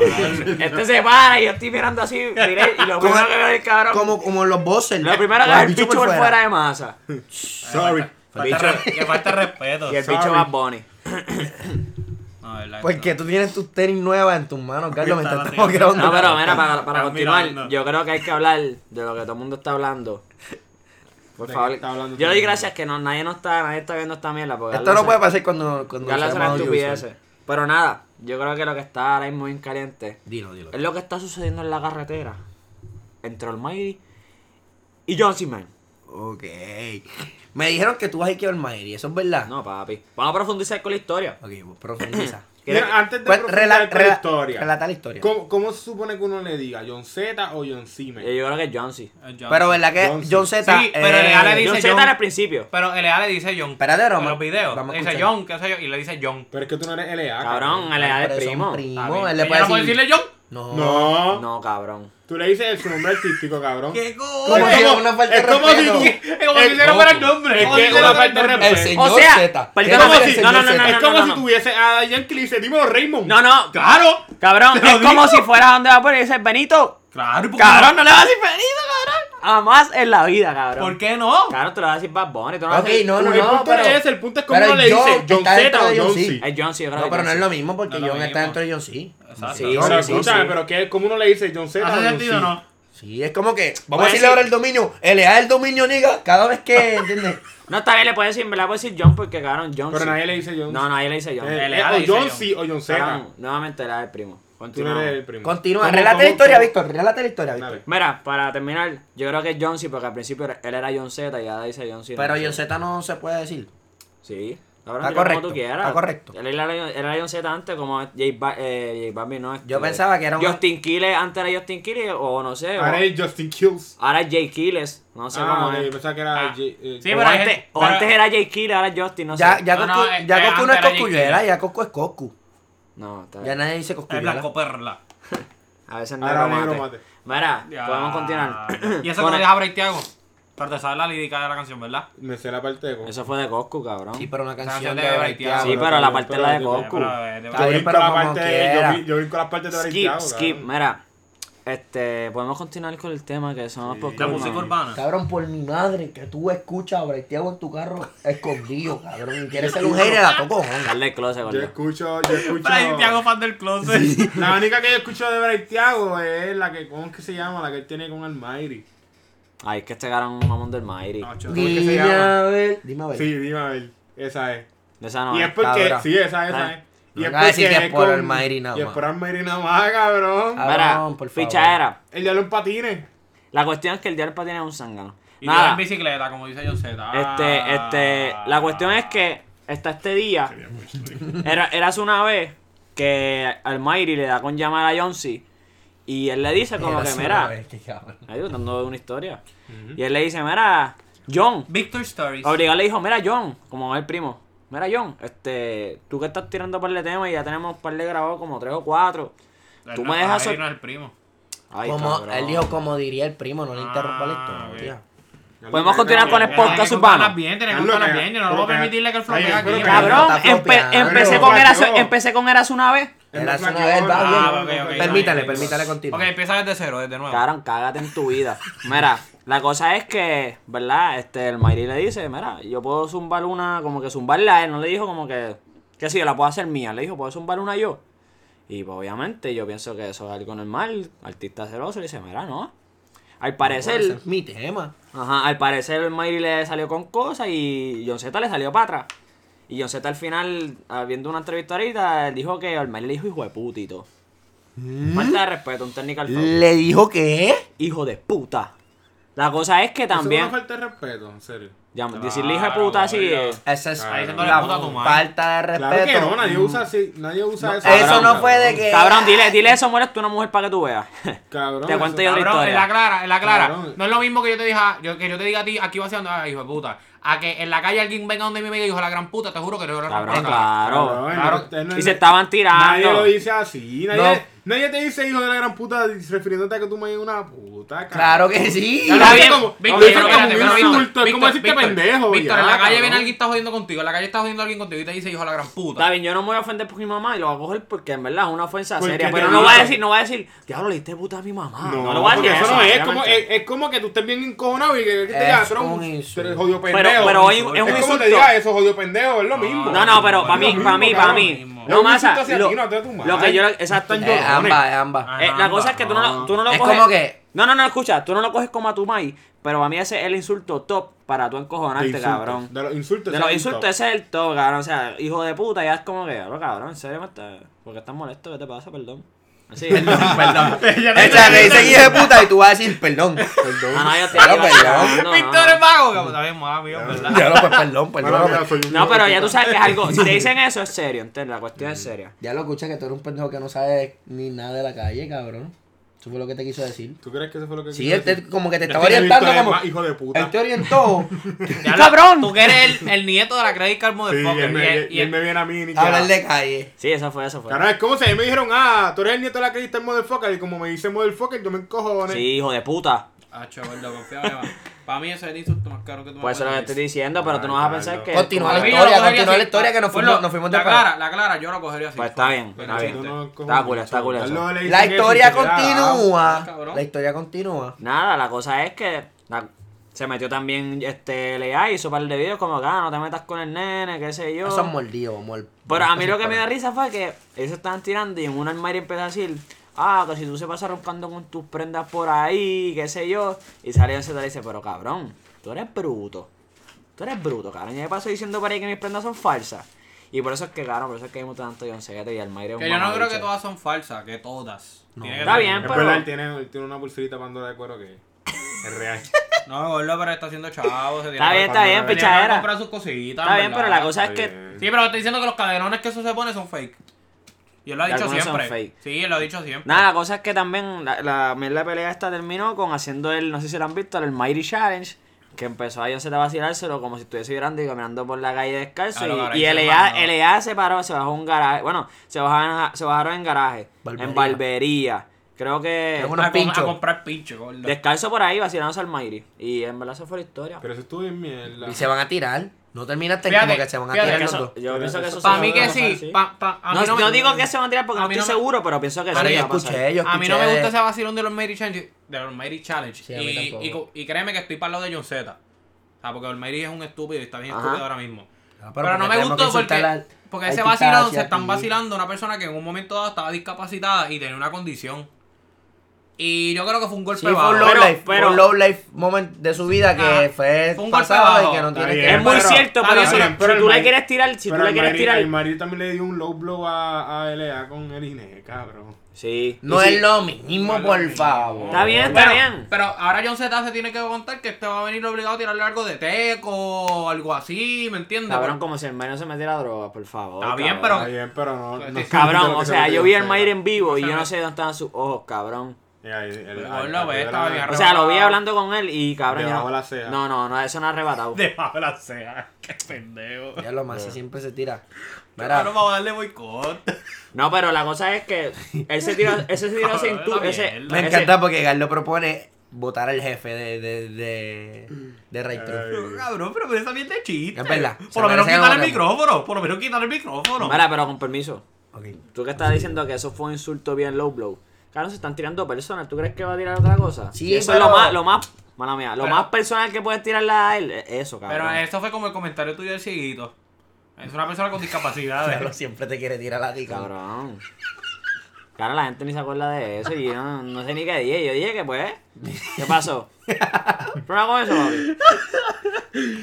Este se para y yo estoy mirando así, miré, y lo primero que veo es el cabrón. Como, como los bosses. Lo primero que Los veo es el bicho por fuera de masa. Sorry. Falta re- Que falta de respeto. Y el bicho Sorry. más Bonnie. No, verdad, Porque tú tienes tus tenis nuevas en tus manos, Ahorita Carlos, mientras la estamos tengo. grabando. No, pero mira, para, para Están continuar, mirando. yo creo que hay que hablar de lo que todo el mundo está hablando. Por ¿De qué favor, está hablando yo le todo el doy mundo? gracias que no, nadie no está, nadie está viendo esta mierda. Porque Esto no puede pasar cuando. cuando Gala se será llama estupideces. audiovisual. Pero nada, yo creo que lo que está ahora mismo bien caliente Dilo, dilo. es lo que está sucediendo en la carretera entre Almighty y John C. Mann. Ok. Me dijeron que tú vas a ir que Almighty, ¿eso es verdad? No, papi. Vamos a profundizar con la historia. Ok, pues profundiza. ¿Quieres Mira, que- antes de Pues, profundizar rela- con la rela- historia. Relata la historia. ¿Cómo, cómo se supone que uno le diga? ¿John Z o John Cena? Y Yo creo que es John C. Eh, John. Pero verdad que John John Sí, Z. pero eh, ya le di- John dice Z John. era al principio. Pero LA le dice John. Espérate, en Roma. los videos. Vamos a Le dice escuchar. John, qué sé yo, y le dice John. Pues Pero es que tú no eres LA. Cabrón, a la edad Pero del son primo. Está primos. bien. Él le Ella puede no puede decir- decirle John. No. No. No, cabrón. Tú le dices el- su nombre artístico, cabrón. ¿Qué Como- Oye, como- una falta de es como si respeto. tú- Es como es- si se le fuera el no, nombre. Es Como que si se es le una fuera el falta de respeto. nombre. El Pues, señor o sea, Z. ¿Qué perdóname, hace el sí, señor no, no, Z? no, Es como no, si no. tuviese a Dayan que le dice, dímelo Raymond. No, no, Claro. cabrón. Te lo Es como digo. si fuera donde va a poner ese Benito. Claro, ¿y por qué Cabrón, no? no le vas a decir Benito, cabrón. Jamás en la vida, cabrón. ¿Por qué no? Claro, te lo vas a decir Bad Bunny. Tú no vas Ok, a decir... no, no, el no. punto pero- no es ese, el punto es cómo pero uno le dice John John está Z dentro o de C. John C. Es John C, yo creo No, que pero John no es C. lo mismo porque No es lo John está mismo. dentro de John C. Exacto. Sí, Pero sí, sí, escúchame, sí. pero ¿qué- ¿cómo uno le dice John Z o ¿Hace John sentido o C? no? Sí, es como que. Vamos Pues a decirle sí. ahora el dominio. LA el dominio, niga. Cada vez que. ¿Entiendes? No, está bien, le puedes decir, en verdad, puedes decir John porque cabrón, John Pero C. nadie le dice John No, nadie le dice John. Eh, LA eh, dice o John John. C o John Z. Cabrón, nuevamente era el primo. Tú no Continuamos. eres el primo. Continúa. ¿Cómo- Relata la cómo- historia, cómo? Víctor. Relata la historia, Víctor. Dale. Mira, para terminar, yo creo que es John C porque al principio era- él era John Z y ahora dice John C. Pero No sé. John Z no se puede decir. Sí. Cabrón, Está dile como correcto, tú quieras. está correcto. Él era, él era John Z antes, como J, Ba- eh, J Balvin, no. Yo este, pensaba que era un- Justin Quiles antes era Justin Quiles o no sé. o- Ahora es Justin Kills. ahora es Jay Quiles, no sé Ah, cómo ok, es. yo pensaba que era Ah. J- eh, Sí, o pero hay antes, gente- o pero- antes era Jay Quiles, ahora es Justin, no sé. Ya, ya, No, no, Coscu, eh, ya eh, Coscu no es antes era Jake Coscuyuela, Gyllenhaal. ya Coscu es Coscu. No, está Ya bien. nadie dice Es Coscuyuela. blanco perla. A veces no Ahora mate. negro mate. Mira, Ya. podemos continuar. Y eso Con que no el- deja break, Tiago. Pero te sabes la lírica de la canción, ¿verdad? Me sé la parte de Coscu. Eso fue de Coscu, cabrón. Sí, pero una canción canción de de Braithiago. Braithiago. Sí, pero la parte la de yo- Coscu. Eh, pero, eh, Está Yo bien, vinco pero la como parte de- quiera. yo vi- yo vinco las partes de Skip, Braithiago, skip, cabrón. mira. Este, podemos continuar con el tema que son los La podcasts. música ¿no? urbana. Cabrón, por mi madre, que tú escuchas a Braithiago en tu carro escondido, cabrón. Y quieres ser un hater a tu cojón. Dale close, Yo gordo. escucho, yo escucho. Bray, Tiago fan del closet. La única que yo escucho de Braithiago es la que, ¿cómo es que se llama? La que él tiene con Almighty. Ay, es que este cara es un mamón del Mighty. No, chorro. ¿Cómo es que se llama? a ver. Dime a ver. Sí, dime a ver. Esa es. De esa no y es. es porque, cabra. sí, esa, Ah. esa es. Y No es me vas a decir porque que es por con- Almighty nada Y es más. por Almighty nada más, cabrón. Ah. Mira, Cabrón, por favor. ficha era. El diablo en patines. La cuestión es que el diablo tiene un zángano. Y Tiago en Nada, bicicleta, como dice Ah. John Z. este, este, la cuestión es que está este día. Era, eras una vez que Almighty le da con llamar a Jonesy y él le dice como que, mira, Ay, qué cabrón. ahí contando una historia. Y él le dice, mira, John, Victor Stories. Obligado le dijo, mira John, como el primo, mira John, este, tú que estás tirando par de temas y ya tenemos par de grabados como tres o cuatro. Él Tú no- me dejas ahí sol- no es el primo. Ay, Como, cabrón. él dijo, como diría el primo, no le Ah, interrumpa la historia. ok. Podemos continuar con el Tiene que podcast contarlas urbano. bien, tiene que Hazlo, contarlas cabrón. bien. Yo no Pero puedo cabrón. permitirle que el flow Ay, llegue pero aquí. Ah, Cabrón, Está empe- flopeando. empecé, con eras, Flopeó. empecé con Eras una vez. Era Era su novel, va, Ah, bien. ok, ok, ok. Permítale, Ok, permítale ok. continuar. Ok, empieza desde cero, desde Ah. nuevo. Cabrón, cágate en tu vida. Mira, la cosa es que, ¿verdad? Este, el Mayri le dice, mira, yo puedo zumbar una, como que zumbarla a él. No le dijo como que, que sí, yo la puedo hacer mía. Le dijo, ¿puedo zumbar una yo? Y pues, obviamente yo pienso que eso es algo normal. Artista celoso le dice, mira, no. Al parecer... Ese es mi tema. Ajá, al parecer el Mayri le salió con cosas y John Z le salió para atrás. Y John Z al final, ah, viendo una entrevista ahorita, él dijo que el Mayri le dijo hijo de puta y todo. Falta de respeto, un técnico al foul. ¿Le dijo que Hijo de puta. La cosa es que también. También. Eso es una falta de respeto, en serio. ya, decirle hijo de Claro, puta así obligado. es. Esa es Ahí se pone la puta tu madre. falta de Claro respeto. que no, Mm. nadie usa así, nadie usa eso. Eso no fue de que. eh, Cabrón, dile, dile eso, mueres tú una mujer para que tú veas. Cabrón, Te cuento eso- yo otra Cabrón, en la historia. clara, en la clara. Cabrón. No es lo mismo que yo te diga, yo, que yo te diga a ti aquí vaciando, ah, hijo de puta. A que en la calle alguien venga donde mi amiga y dijo la gran puta, te juro que te voy a romper Cabrón, la cara. claro. Claro. usted no- Y se estaban Nadie lo tirando. dice así. Nadie, No. nadie te dice hijo de la gran puta refiriéndote a que tú me eres una puta. Claro que sí. Ya lo Está dice bien, como- Víctor, lo dice pero como espérate, un pero Víctor, insulto, es como Víctor, decirte Víctor, pendejo, Víctor, en ya, la calle viene cabrón. alguien que está jodiendo contigo, en la calle está jodiendo alguien contigo y te dice hijo de la gran Está puta. bien, yo no me voy a ofender por mi mamá y lo voy a coger porque en verdad es una ofensa Porque seria. te Pero no voy a dicen. decir, no voy a decir, diablo, le diste puta a mi mamá. No, No, lo voy a decir. porque eso, eso, no es. Es obviamente. como, es, es como que tú estés bien encojonado y que, que te Es digas, "Tron, un tú eres insulto". jodido Pero- pendejo. pero es un- es un como insulto. te diga eso, jodido pendejo, es lo mismo. No, no, pero No, para es mí, lo para mismo, mí, para cabrón. mí. Es un No insulto masa. hacia Lo, ti, no hacia tu madre. lo que yo, exacto. Están Eh, Es ambas, es ambas. Ajá, eh, la anda, cosa es que tú no, lo- no. tú no lo Es coges. como que- No, no, no, escucha, tú no lo coges como a tu mai, pero para mí ese es el insulto top para tú De encojonarte, insultos, cabrón. De los insultos. De ese los es el insultos, top. ese es el top, cabrón. O sea, hijo de puta, ya es como que, "Hablo, cabrón, en serio, me está- ¿por qué estás molesto? ¿Qué te pasa? Perdón. Sí, perdón, perdón. Ella le dice hijo de puta y tú vas a decir perdón. Perdón. Ah, no, yo estoy Ya lo aquí perdón. vacilando. Pintor es vago. Como también, mala mía, en ¿verdad? Ya lo pues, perdón, Mala mía, perdón. soy un No, hijo pero de ya tú puta. sabes que es algo. Si te dicen eso, es serio, ¿entiendes? La cuestión es seria. Ya lo escuché que tú eres un pendejo que no sabe ni nada de la calle, cabrón. Eso fue lo que te quiso decir. ¿Tú crees que eso fue lo que Sí, quiso él te- decir? como que te Yo estaba estoy orientando visto, como... además, Hijo de puta. Él te orientó Ya lo- ¡Cabrón! Tú que eres el, el nieto de la credit card Sí, y motherfucker. él y me- el- y él me viene a mí ni que- a hablar de calle. Sí, eso fue, eso fue. Claro, es como se me dijeron, ah, tú eres el nieto de la que dice el motherfucker. Y como me dice motherfucker, yo me encojo Sí, hijo de puta. Ah, chaval, lo confiaba, Eva. Para mí eso es el insulto más caro que tú me Pues eso es lo que puedes estoy decir. diciendo, pero tú no Ay, vas a pensar Pablo. que. Continúa la Para mí yo historia, cogería continúa así. la historia que nos Pues fuimos- lo- nos fuimos La de para- clara, la clara, yo lo cogería así. Pues está bien, Pero está sí, bien. tú no- Está cool, está cool eso. La historia ah, continúa. cabrón. La historia continúa. Nada, la cosa es que la- se metió también este LA, hizo par de videos como acá, no te metas con el nene, qué sé yo. Eso es mordido, amor. Pero a mí lo que me da risa fue que ellos estaban tirando y en un armario empezó a decir, ah, que si tú se pasas roncando con tus prendas por ahí, qué sé yo. Y salió ese tal y dice, pero cabrón, tú eres bruto. Tú eres bruto, cabrón. Yo me paso diciendo por ahí que mis prendas son falsas. Y por eso es que, cabrón, por eso es que hay tanto John Segata y Almaire es un Que yo no creo mamabicho. que todas son falsas, que todas. Tiene que Está ser- bien, Es pero- verdad, él tiene, él tiene una pulserita Pandora de cuero que es real. No, gordo, pero está haciendo chavo. Se tiene Está que- bien, está bien, Tenía que pichadera. comprar sus cositas. Está bien, ¿verdad? pero la cosa es Está que... bien. Sí, pero estoy diciendo que los caderones que eso se pone son fake. Y él lo ha Y dicho algunos son siempre. fake. Sí, él lo ha dicho siempre. Nada, la cosa es que también la, la, la pelea esta terminó con haciendo el, no sé si lo han visto, el Mighty Challenge, que empezó a José a vacilárselo como si estuviese llorando y caminando por la calle descalzo. Ah, lo y y agarré, LA, se mandó. LA se paró, se bajó un garaje. Bueno, se bajaron, se bajaron en garaje, Barbería. en barbería. Creo que Es una- unos a, com- pinchos. a comprar pinchos, gordo. descalzo por ahí vacilándose al Mighty. Y en verdad eso fue la historia. Pero eso estuvo bien mierda. Y se van a tirar. No terminaste en Fíjate, como que se van a fíjate tirar Que los eso- dos. yo pienso que eso Para se mí va a que pasar, sí. pa- pa- a mí no, me- no digo que se van a tirar porque a no mí estoy no me- seguro, pero pienso que Pero sí yo va a pasar. escuché, yo escuché. A mí no me gusta ese vacilón de los Mary Challenge. De los Mary Challenge. Sí, a mí y, tampoco. y, co- y créeme que estoy para el lado de John Z. O sea, porque el Mary es un estúpido y está bien Ajá. estúpido ahora mismo. Ah, Pero, no porque me tenemos que gustó porque, insultar al- porque al ese que está vacilón hacia se están ti. vacilando a una persona que en un momento dado estaba discapacitada y tenía una condición. Y yo creo que fue un golpe Sí, fue bajo. un low Pero- life, fue pero- un low life moment de su vida que Ah, fue, fue un golpe pasado bajo. y que no Está tiene bien. que... Es muy Pero- cierto, está pero, bien, si- pero pero el tú le Mighty- quieres tirar, si tú Pero le al quieres Mari- tirar... al Mari también le dio un low blow a, a LA con el INE, cabrón. Sí. No Pues Y si- es lo mismo, por favor. Está bien, está Pero, bien. pero ahora John Z se tiene que contar que este va a venir obligado a tirarle algo de teco o algo así, ¿me entiendes? Cabrón, Pero- como si el Mayri no se metiera droga, por favor. Está bien, cabrón. Está bien, pero no. no Cabrón, Cabrón, o sea, yo vi al Mayri Mayre en vivo y yo no Escúchame. sé dónde estaban sus ojos, cabrón. Pero lo ve, estaba bien O sea, lo vi Arrebatado. hablando con él y cabrón. yo Debajo no- la ceja. No, no, no, eso no ha arrebatado. Debajo la sea, qué pendejo. Ya lo más, siempre se tira. Ahora Mira, vamos a darle boicot. No, pero la cosa es que él se tiró, ese se tiró Cabrón, sin tú. la Ese, mierda. me ese- encanta porque Garlo propone votar al jefe de, de, de, de Ray True. Pero, Cabrón, pero esa mierda es chiste. Es verdad. Se Por lo menos merece quitar el otra. micrófono. Por lo menos quitar el micrófono. Mira, pero con permiso. Ok. Tú que estás diciendo que eso fue un insulto bien low blow. Cabrón, se están tirando personas. ¿Tú crees que va a tirar otra cosa? Sí, Y eso pero- es lo más, lo más, mala mía, lo Pero- más personal que puedes tirarle a él. es Eso, cabrón. Pero eso fue como el comentario tuyo del cieguito. Es una persona con discapacidades. Garlo siempre te quiere tirar a ti, cabrón. Cabrón. Claro, la gente ni se acuerda de eso y yo no, no sé ni qué dije. Yo dije que pues, ¿qué pasó? Problema con eso, papi.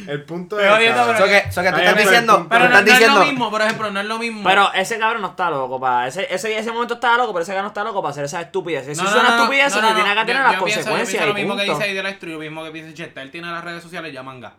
El punto Estoy es. oyendo, cabrón, Eso que, eso que tú Ay, estás pero el diciendo, punto- pero Pero no, estás no es lo diciendo... mismo, por ejemplo, no es lo mismo. Pero ese cabrón no está loco, pa. Ese, ese, ese momento estaba loco, pero ese cabrón no está loco para hacer esas estupideces. Si No, es no, una no, no, estupidez, no, se no, tiene no. que Yo- tener las yo pienso- yo consecuencias. pienso lo y mismo que punto. dice Idel Astro y lo mismo que piensa Chester. Él tiene las redes sociales ya manga.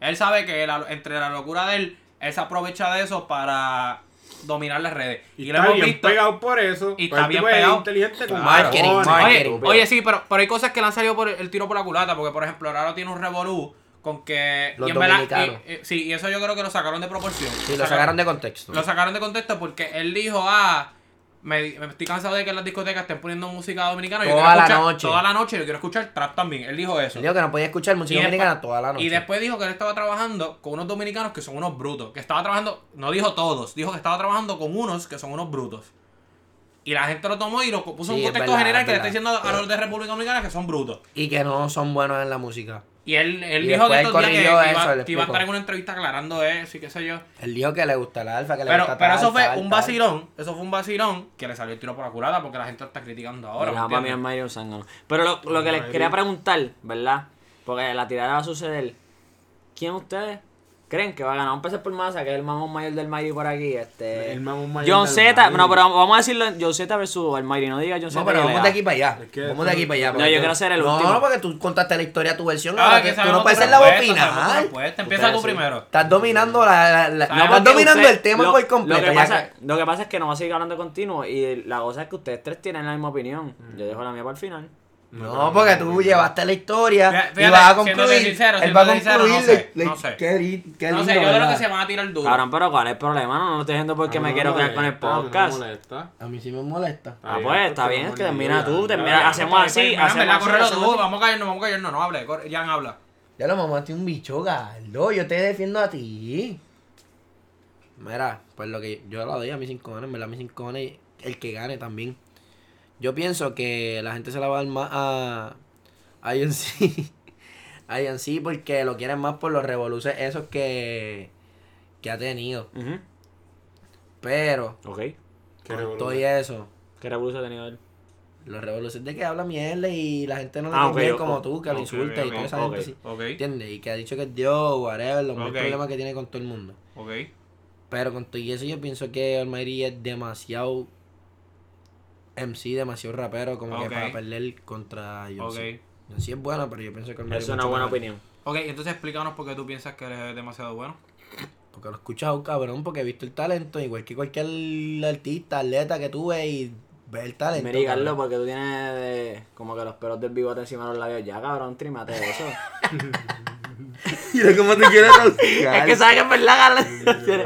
Él sabe que la- entre la locura de él, él se aprovecha de eso para dominar las redes. Y, Y lo está hemos bien visto. pegado por eso. Y pero está el tipo bien Pues es pegado. inteligente con Marketing, cojones. marketing. Oye, estúpido. oye, sí, pero, pero hay cosas que le han salido por el, el tiro por la culata, porque por ejemplo ahora tiene un revolú con que... Los y en verdad- dominicanos. y- y- sí, y eso yo creo que lo sacaron de proporción. Sí, lo sacaron de contexto. Lo sacaron de contexto porque él dijo, ah, me, me estoy cansado de que en las discotecas estén poniendo música dominicana. yo Toda quiero la escuchar- noche. Toda la noche yo quiero escuchar trap también. Él dijo eso. Él dijo que no podía escuchar música Y después- dominicana toda la noche. Y después dijo que él estaba trabajando con unos dominicanos que son unos brutos. Que estaba trabajando, no dijo todos, dijo que estaba trabajando con unos que son unos brutos. Y la gente lo tomó y lo puso en Sí, un es contexto verdad, general es que le está verdad. diciendo a los de República Dominicana que son brutos. Y que no son buenos en la música. Y él, él Y dijo que estos después días que, corrigió que eso, iba, le que iba a explicó. estar en una entrevista aclarando eso y qué sé yo. Él dijo que le gusta el alfa, que le Pero, gusta pero tal, eso fue tal, un tal. vacilón, eso fue un vacilón que le salió el tiro por la culata porque la gente lo está criticando ahora. Dejaba ¿me para mí entiendes? al Mario Zángano. Pero lo, lo que les quería preguntar, ¿verdad? Porque la tirada va a suceder. ¿Quién ustedes creen que va a ganar. Vamos a empezar por Massa, que es el mamón mayor del Mighty por aquí. Este... El mamón mayor John del Z, Mighty. no, pero vamos a decirlo John Z versus Almighty, no diga John Z. No, pero vamos de aquí para allá. Es que vamos de aquí para allá. No, porque yo tú- quiero ser el no, último. No, porque tú contaste la historia, tu versión. Ah, ahora que que tú sabemos no puedes tu ser la voz respuesta, sabemos tu final. respuesta. Empieza tú Ustedes, sí. primero. Estás dominando la, la- la- No, estás porque dominando usted- el tema lo- por completo. Lo que, ya pasa, lo que pasa es que no va a seguir hablando continuo y la cosa es que ustedes tres tienen la misma opinión. Yo Mm. dejo la mía para el final. No, porque tú llevaste la historia Mm. Fíjate, y vas a siéndote concluir. sincero, él va a siéndote sincero, concluir. no sé, le- le- no sé. Qué, ri- qué No sé, yo lindo, creo que ¿verdad? se van a tirar duro. Cabrón, pero ¿cuál es el problema? No, no estoy diciendo porque Ah, me no quiero quedar con el molesta, no podcast. molesta. A mí sí me molesta. Ah, pues, está bien, que termina tú, termina, Ya, hacemos así, Mira, en hacemos verdad, así, córrelo hacemos tú, así. vamos a callarnos, vamos a callarnos, no hable, corre, Jan habla. Ya lo mamaste un bicho, Gardo. Yo te defiendo a ti. Mira, pues lo que yo lo doy a mis cinco ganes, me la mis cinco ganes, el que gane también. Yo pienso que la gente se la va a dar más a a INC. A INC porque lo quieren más por los revoluces esos que, que ha tenido. Pero, Ujú, Ok. Qué con revolución. todo y eso, ¿Qué revolución ha tenido él? los revoluces de que habla mierda y la gente no le Ah, cae ok, bien ok. como tú, que Ok, lo insulta ok, y toda esa ok. gente así. Ok, ¿Entiendes? Y que ha dicho que es Dios, whatever, los Ok. mismos problemas que tiene con todo el mundo. ok. Pero con todo y eso yo pienso que Almighty es demasiado MC, demasiado rapero, como Ok. que para perder contra John Ok. C. John C es bueno, pero yo pienso que Almighty Es una mucho buena mejor. opinión. Ok, entonces explícanos por qué tú piensas que eres demasiado bueno. Porque lo he escuchado, cabrón, porque he visto el talento, igual que cualquier artista, atleta que tú ves y ves el talento. Mira, Carlos, cabrón. porque tú tienes eh, como que los pelos del bigote encima de los labios. Ya, cabrón, trímate eso. Mira cómo te quieres rociar. es que sabes que es verdad, Carlos.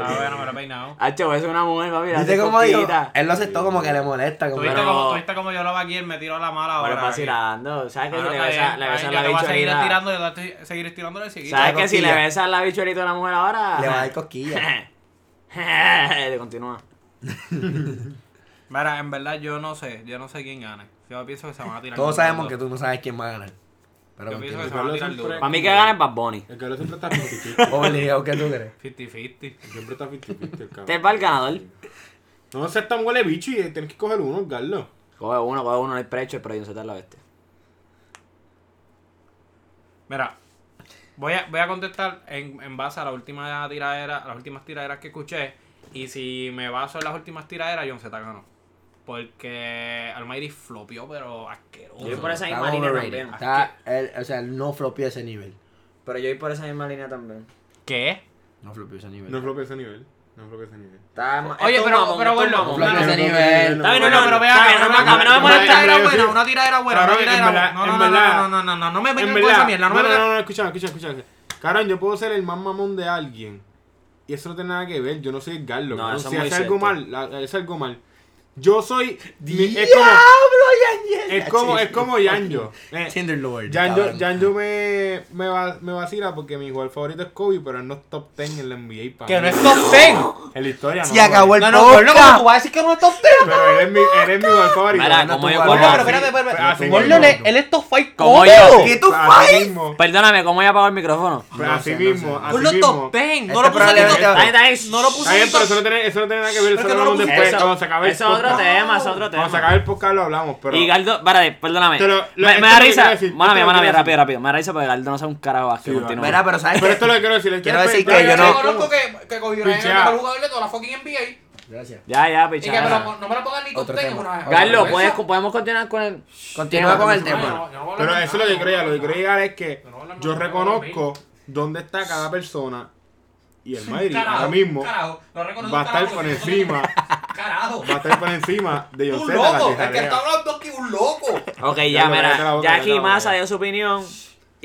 Ah, bueno, me lo he peinado. Hacho, es una mujer, papi. ¿Viste hace cómo dijo? cosquillitas. Él lo aceptó como que le molesta. Como ¿Tuviste Pero- cómo, tuviste cómo yo hablaba aquí? Él me tiró la mala ahora. Pero vacilando. ¿Sabes que Ah, si no, le está besas bien, le está besas bien, la yo te voy a seguir bichuelita? estirando, yo te voy a seguir estirándole seguida. ¿Sabes que si le cosquilla. besas la bichuelita a una mujer ahora? Le va a dar cosquillas. Te continúa. Mira, en verdad yo no sé, yo no sé quién gana. Yo pienso que se van a tirar. con Todos sabemos que todo. tú no sabes quién va a ganar. Pero Yo pienso que se continúa. van a Carlos tirar siempre- duro. Para mí que gane es Bad Bunny. Este El Carlos siempre está 50-50. Obligado, ¿qué tú crees? 50-50. Siempre está 50-50 el Este cabrón. es para el ganador. No seas tan huele bicho y tienes que coger uno, Carlos. Coge uno, coge uno, no hay precho, pero yo no la bestia. Mira, voy a, voy a contestar en, en base a la última tiradera, las últimas tiraderas que escuché. Y si me baso en las últimas tiraderas, John Z ganó. Porque Almighty flopió, pero asqueroso. Yo voy por esa Está misma línea overrated. también. Está, él, o sea, él no flopió ese nivel. Pero yo voy por esa misma línea también. ¿Qué? No Ah, flopió ese nivel. No es lo que ese nivel. No es lo que ese nivel. Está ma- Oye, esto es pero- mamón, pero esto es bueno, mamón. Flopió Claro. ese nivel. Está bien, no, Bueno, no, pero no, vea, está bien, no, no me- me- a mí no me una molesta. tiradera Yo- buena, una tiradera buena, una Cabrón, en tiradera buena. verdad, No, en no, no, verdad. no, no, no, no, no me En vengan con esa verdad, mierda, no no, me no, vengan. no, escucha, escucha, escucha. Carón, yo puedo ser el más mamón de alguien. Y eso no tiene nada que ver. Yo no soy el Garlo. No, cabrón. eso es si muy hace algo cierto. mal, la- es algo mal. Yo soy. mi- ¡Diablo, es como. Yanjo! Es como, es como Yanjo. Eh, Tinderlord. Yanjo, cabrón. Yanjo me, me, va- me vacila porque mi jugador favorito es Kobe, pero él no es top 10 en la NBA. para Que no mí. es top 10. En la historia, Se no. acabó el No, no, pero no, podcast. como tú vas a decir que no es top 10. Pero él es mi, él es mi jugador favorito. Mira, No, como tú yo- vas- Bueno, Coño, pero así- espérate, espérate, así espérate. Gordo, mismo. él él es top 5 Como yo. ¿Qué tú Así fight? mismo. Perdóname, ¿cómo voy a apagar mi micrófono? Pero No así sé, no mismo, sé. así Ponlo en mismo. top 10. No Este lo puse en probablemente- top Ahí está, ahí. 10. No lo puse Está bien, en pero top eso no Pues, tiene, eso no tiene nada que ver, Pero eso que no lo lo hablamos puse. después, Eso- cuando se acabe el eso es otro podcast. tema, eso es otro tema. Cuando se acabe el podcast lo hablamos, pero... Y Galdo, párate, perdóname. Te lo- lo- me, esto me da es lo que risa. quiero Mala mía, decir, esto es lo mala que mía, quiero rápido, rápido. Me da risa porque Galdo no sabe un carajo aquí. va. continúa. Mira, pero ¿sabes Pero qué? esto es lo que quiero decir. Quiero decir Pero que yo yo no- reconozco que, que Kobe Bryant es el Pichea. mejor jugador de toda la fucking NBA. Gracias. Ya, ya, Y que pichada. me lo- no me lo pongan ni top Otro 10 tema. una vez. Carlos, Eso- ¿puedes- podemos continuar con el. Continúa con Ay, el yo no- tema. yo no voy a Pero hablar eso es lo que nada, quiero llegar, no lo que quiero voy a hablar llegar es que Pero no hablamos yo nada, reconozco dónde está cada persona y el Madrid nada. ahora mismo va Carajo, no reconozco a un estar carajo, por lo siento, encima, Carajo. va a estar por encima de John Un Cena, la loco. El que tijarrea. está hablando aquí, un loco. Ok, ya, Ya, mira. cállate la boca, Ya cállate la aquí boca. Massa dio su opinión.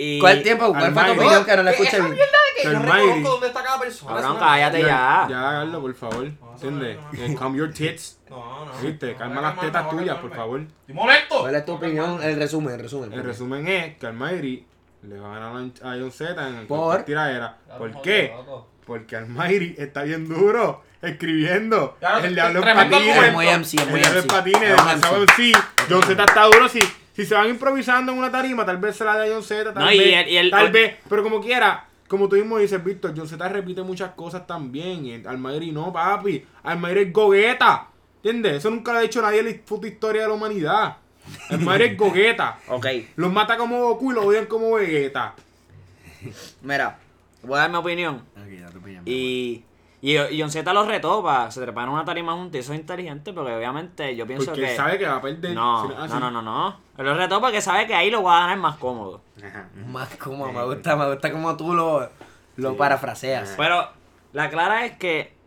Y... ¿Cuál tiempo? ¿Cuál fue tu Almighty. opinión que no la Esa escuché? mierda de que yo Del reconozco Madrid. dónde está cada persona. Cabrón, es una- cállate ya. Ya, Carlos, por favor, ¿entiendes? Eh, Calm your tits, No, no. ¿viste? no, Calma voy a las calmarme, tetas voy a tuyas, por calmarme. favor. ¡Estoy molesto! Pues, ¿Cuál es tu opinión? El resumen, el resumen. El resumen es que al Madrid le va a ganar a John Z en el Por- cualquier tiradera. ¿Por qué? Porque Almairi está bien duro escribiendo. Claro, el diablo en tremendo patines. argumento. Es muy MC, es el muy diablo en MC. patines, Es un demasiado MC. MC. John Z está duro. Si, si se van improvisando en una tarima, tal vez se la de John Z. Tal, No, y vez, el- y el- tal vez. Pero como quiera, como tú mismo dices, Víctor, John Z repite muchas cosas también. y Almairi no, papi. Almairi es gogueta. ¿Entiendes? Eso nunca lo ha dicho nadie en la puta historia de la humanidad. Almairi es gogueta. Ok, Los mata como Goku y los odian como Vegeta. Mira, voy a dar mi opinión. Aquí, da tu opinión. Y, y, y John Z los retó para se treparon a una tarima juntos. y Eso es inteligente porque obviamente yo pienso Porque que. él sabe que va a perder. No, Si ah, no, sí. no, no, no. Él los retó porque sabe que ahí lo va a ganar más cómodo. Más como, me gusta, me gusta como tú lo, lo parafraseas. Pero la clara es que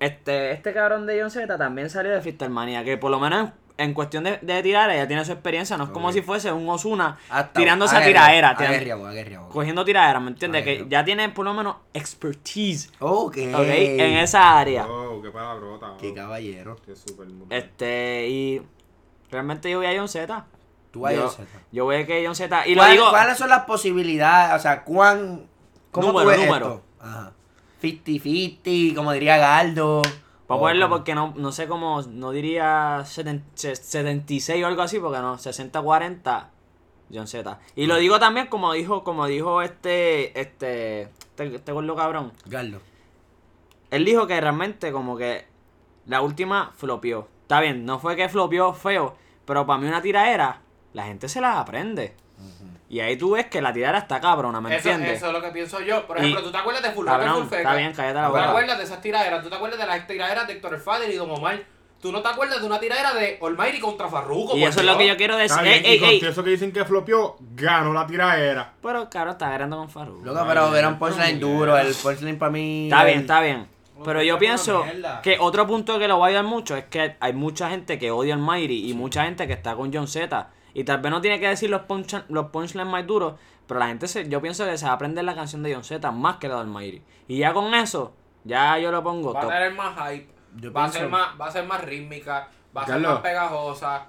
este, este cabrón de John Z también salió de Freestyle Manía, que por lo menos en, en cuestión de, de tirar, ella tiene su experiencia, no es como si fuese un Osuna Hasta- tirándose a aguerrido, tiradera, tiran- Aguerrido, aguerrido. cogiendo tiradera, ¿me entiendes? Que Aguerrido. ya tiene por lo menos expertise, Ok. ¿ok? En esa área. Oh, qué palabrota. Qué oh. caballero. Qué súper brutal. Este, y realmente yo voy a John Z. Tú vas a yo, John Z. Yo voy a que John Z. Y lo ¿Cuál- digo. ¿Cuáles son las posibilidades? O sea, ¿cuán. ¿Cómo Número, tú ves número. esto? Ajá. 50-50, como diría Galdo. Para O- ponerlo porque no, no sé cómo, no diría 70 se- 76 o algo así, porque no, 60-40, John Z. Y lo digo también como dijo, como dijo este, este, este, este gordo cabrón. Galdo. Él dijo que realmente como que la última flopió. Está bien, no fue que flopió feo, pero para mí una tiraera, la gente se la aprende. Y ahí tú ves que la tiraera está cabrona, ¿me Eso, entiendes? eso es lo que pienso yo. Por Y- ejemplo, ¿tú te acuerdas de Fulfeca? Cabrón, está bien, cállate la ¿Tú te boca. acuerdas de esas tiraderas? ¿Tú te acuerdas de las tiraderas de Héctor el Father y Don Omar? ¿Tú no te acuerdas de una tiradera de Olmairi contra Farruko? Y por eso es lo Dios? que yo quiero decir. Está Ey, bien, y ey, con ey. todo eso que dicen que flopió, ganó la tiraera. Pero cabrón, está agarrando con Faru. Loco, pero era un porcelain duro. El porcelain para mí. Está bien, el- está bien. Otra Pero yo cosa pienso mierda. que otro punto que lo va a ayudar mucho es que hay mucha gente que odia al Mighty y mucha gente que está con John Z. Y tal vez no tiene que decir los, punch, los punchlines más duros, pero la gente, se, yo pienso que se va a aprender la canción de John Z más que la del Mighty. Y ya con eso, ya yo lo pongo Va top. a tener más hype. Yo va, a pienso- ser más, va a ser más rítmica. Va a ser Carlos. más pegajosa.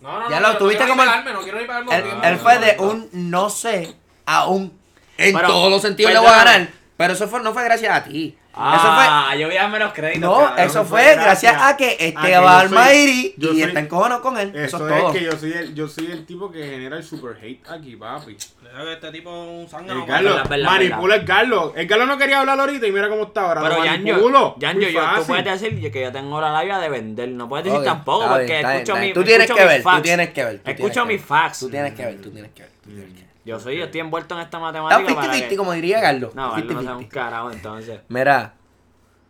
No, no, no. Ya lo pero no tuviste quiero como ni el- pegarme, no quiero ni pegarme, Él, no quiero él ni fue de pegarme. un no sé a un. En Pero, todos los sentidos le voy a perdóname. ganar. Pero eso fue, no fue gracias a ti. Ah, yo voy a darme los eso fue. créditos. No, cabrón. eso no fue fue gracias, gracias a que a este que va yo al soy- Mayri y yo soy- está en cojones con él. Eso, Eso, es todo. es que yo soy, el, yo soy el tipo que genera el super hate aquí, papi. Le digo que Este tipo es un El zángano. Carlos, verdad, verdad, manipula el Carlos. El Carlos no quería hablar ahorita y mira cómo está ahora. Pero lo Yanjo, manipulo. Yanjo, Muy yo, tú fácil. puedes decir que yo tengo la labia de vender. No puedes decir Ok, tampoco está bien, porque está bien, escucho está mi bien. Tú tienes escucho que mis ver, tú facts. tienes que ver. tú tienes Escucho que mis ver. facts. Tú tienes que ver, tú tienes que ver. tú tienes que ver. Yo soy, yo estoy envuelto en esta Está matemática. para 50-50, que- como diría Carlos. No, vale, no sea 50-50. un carajo entonces. Mira,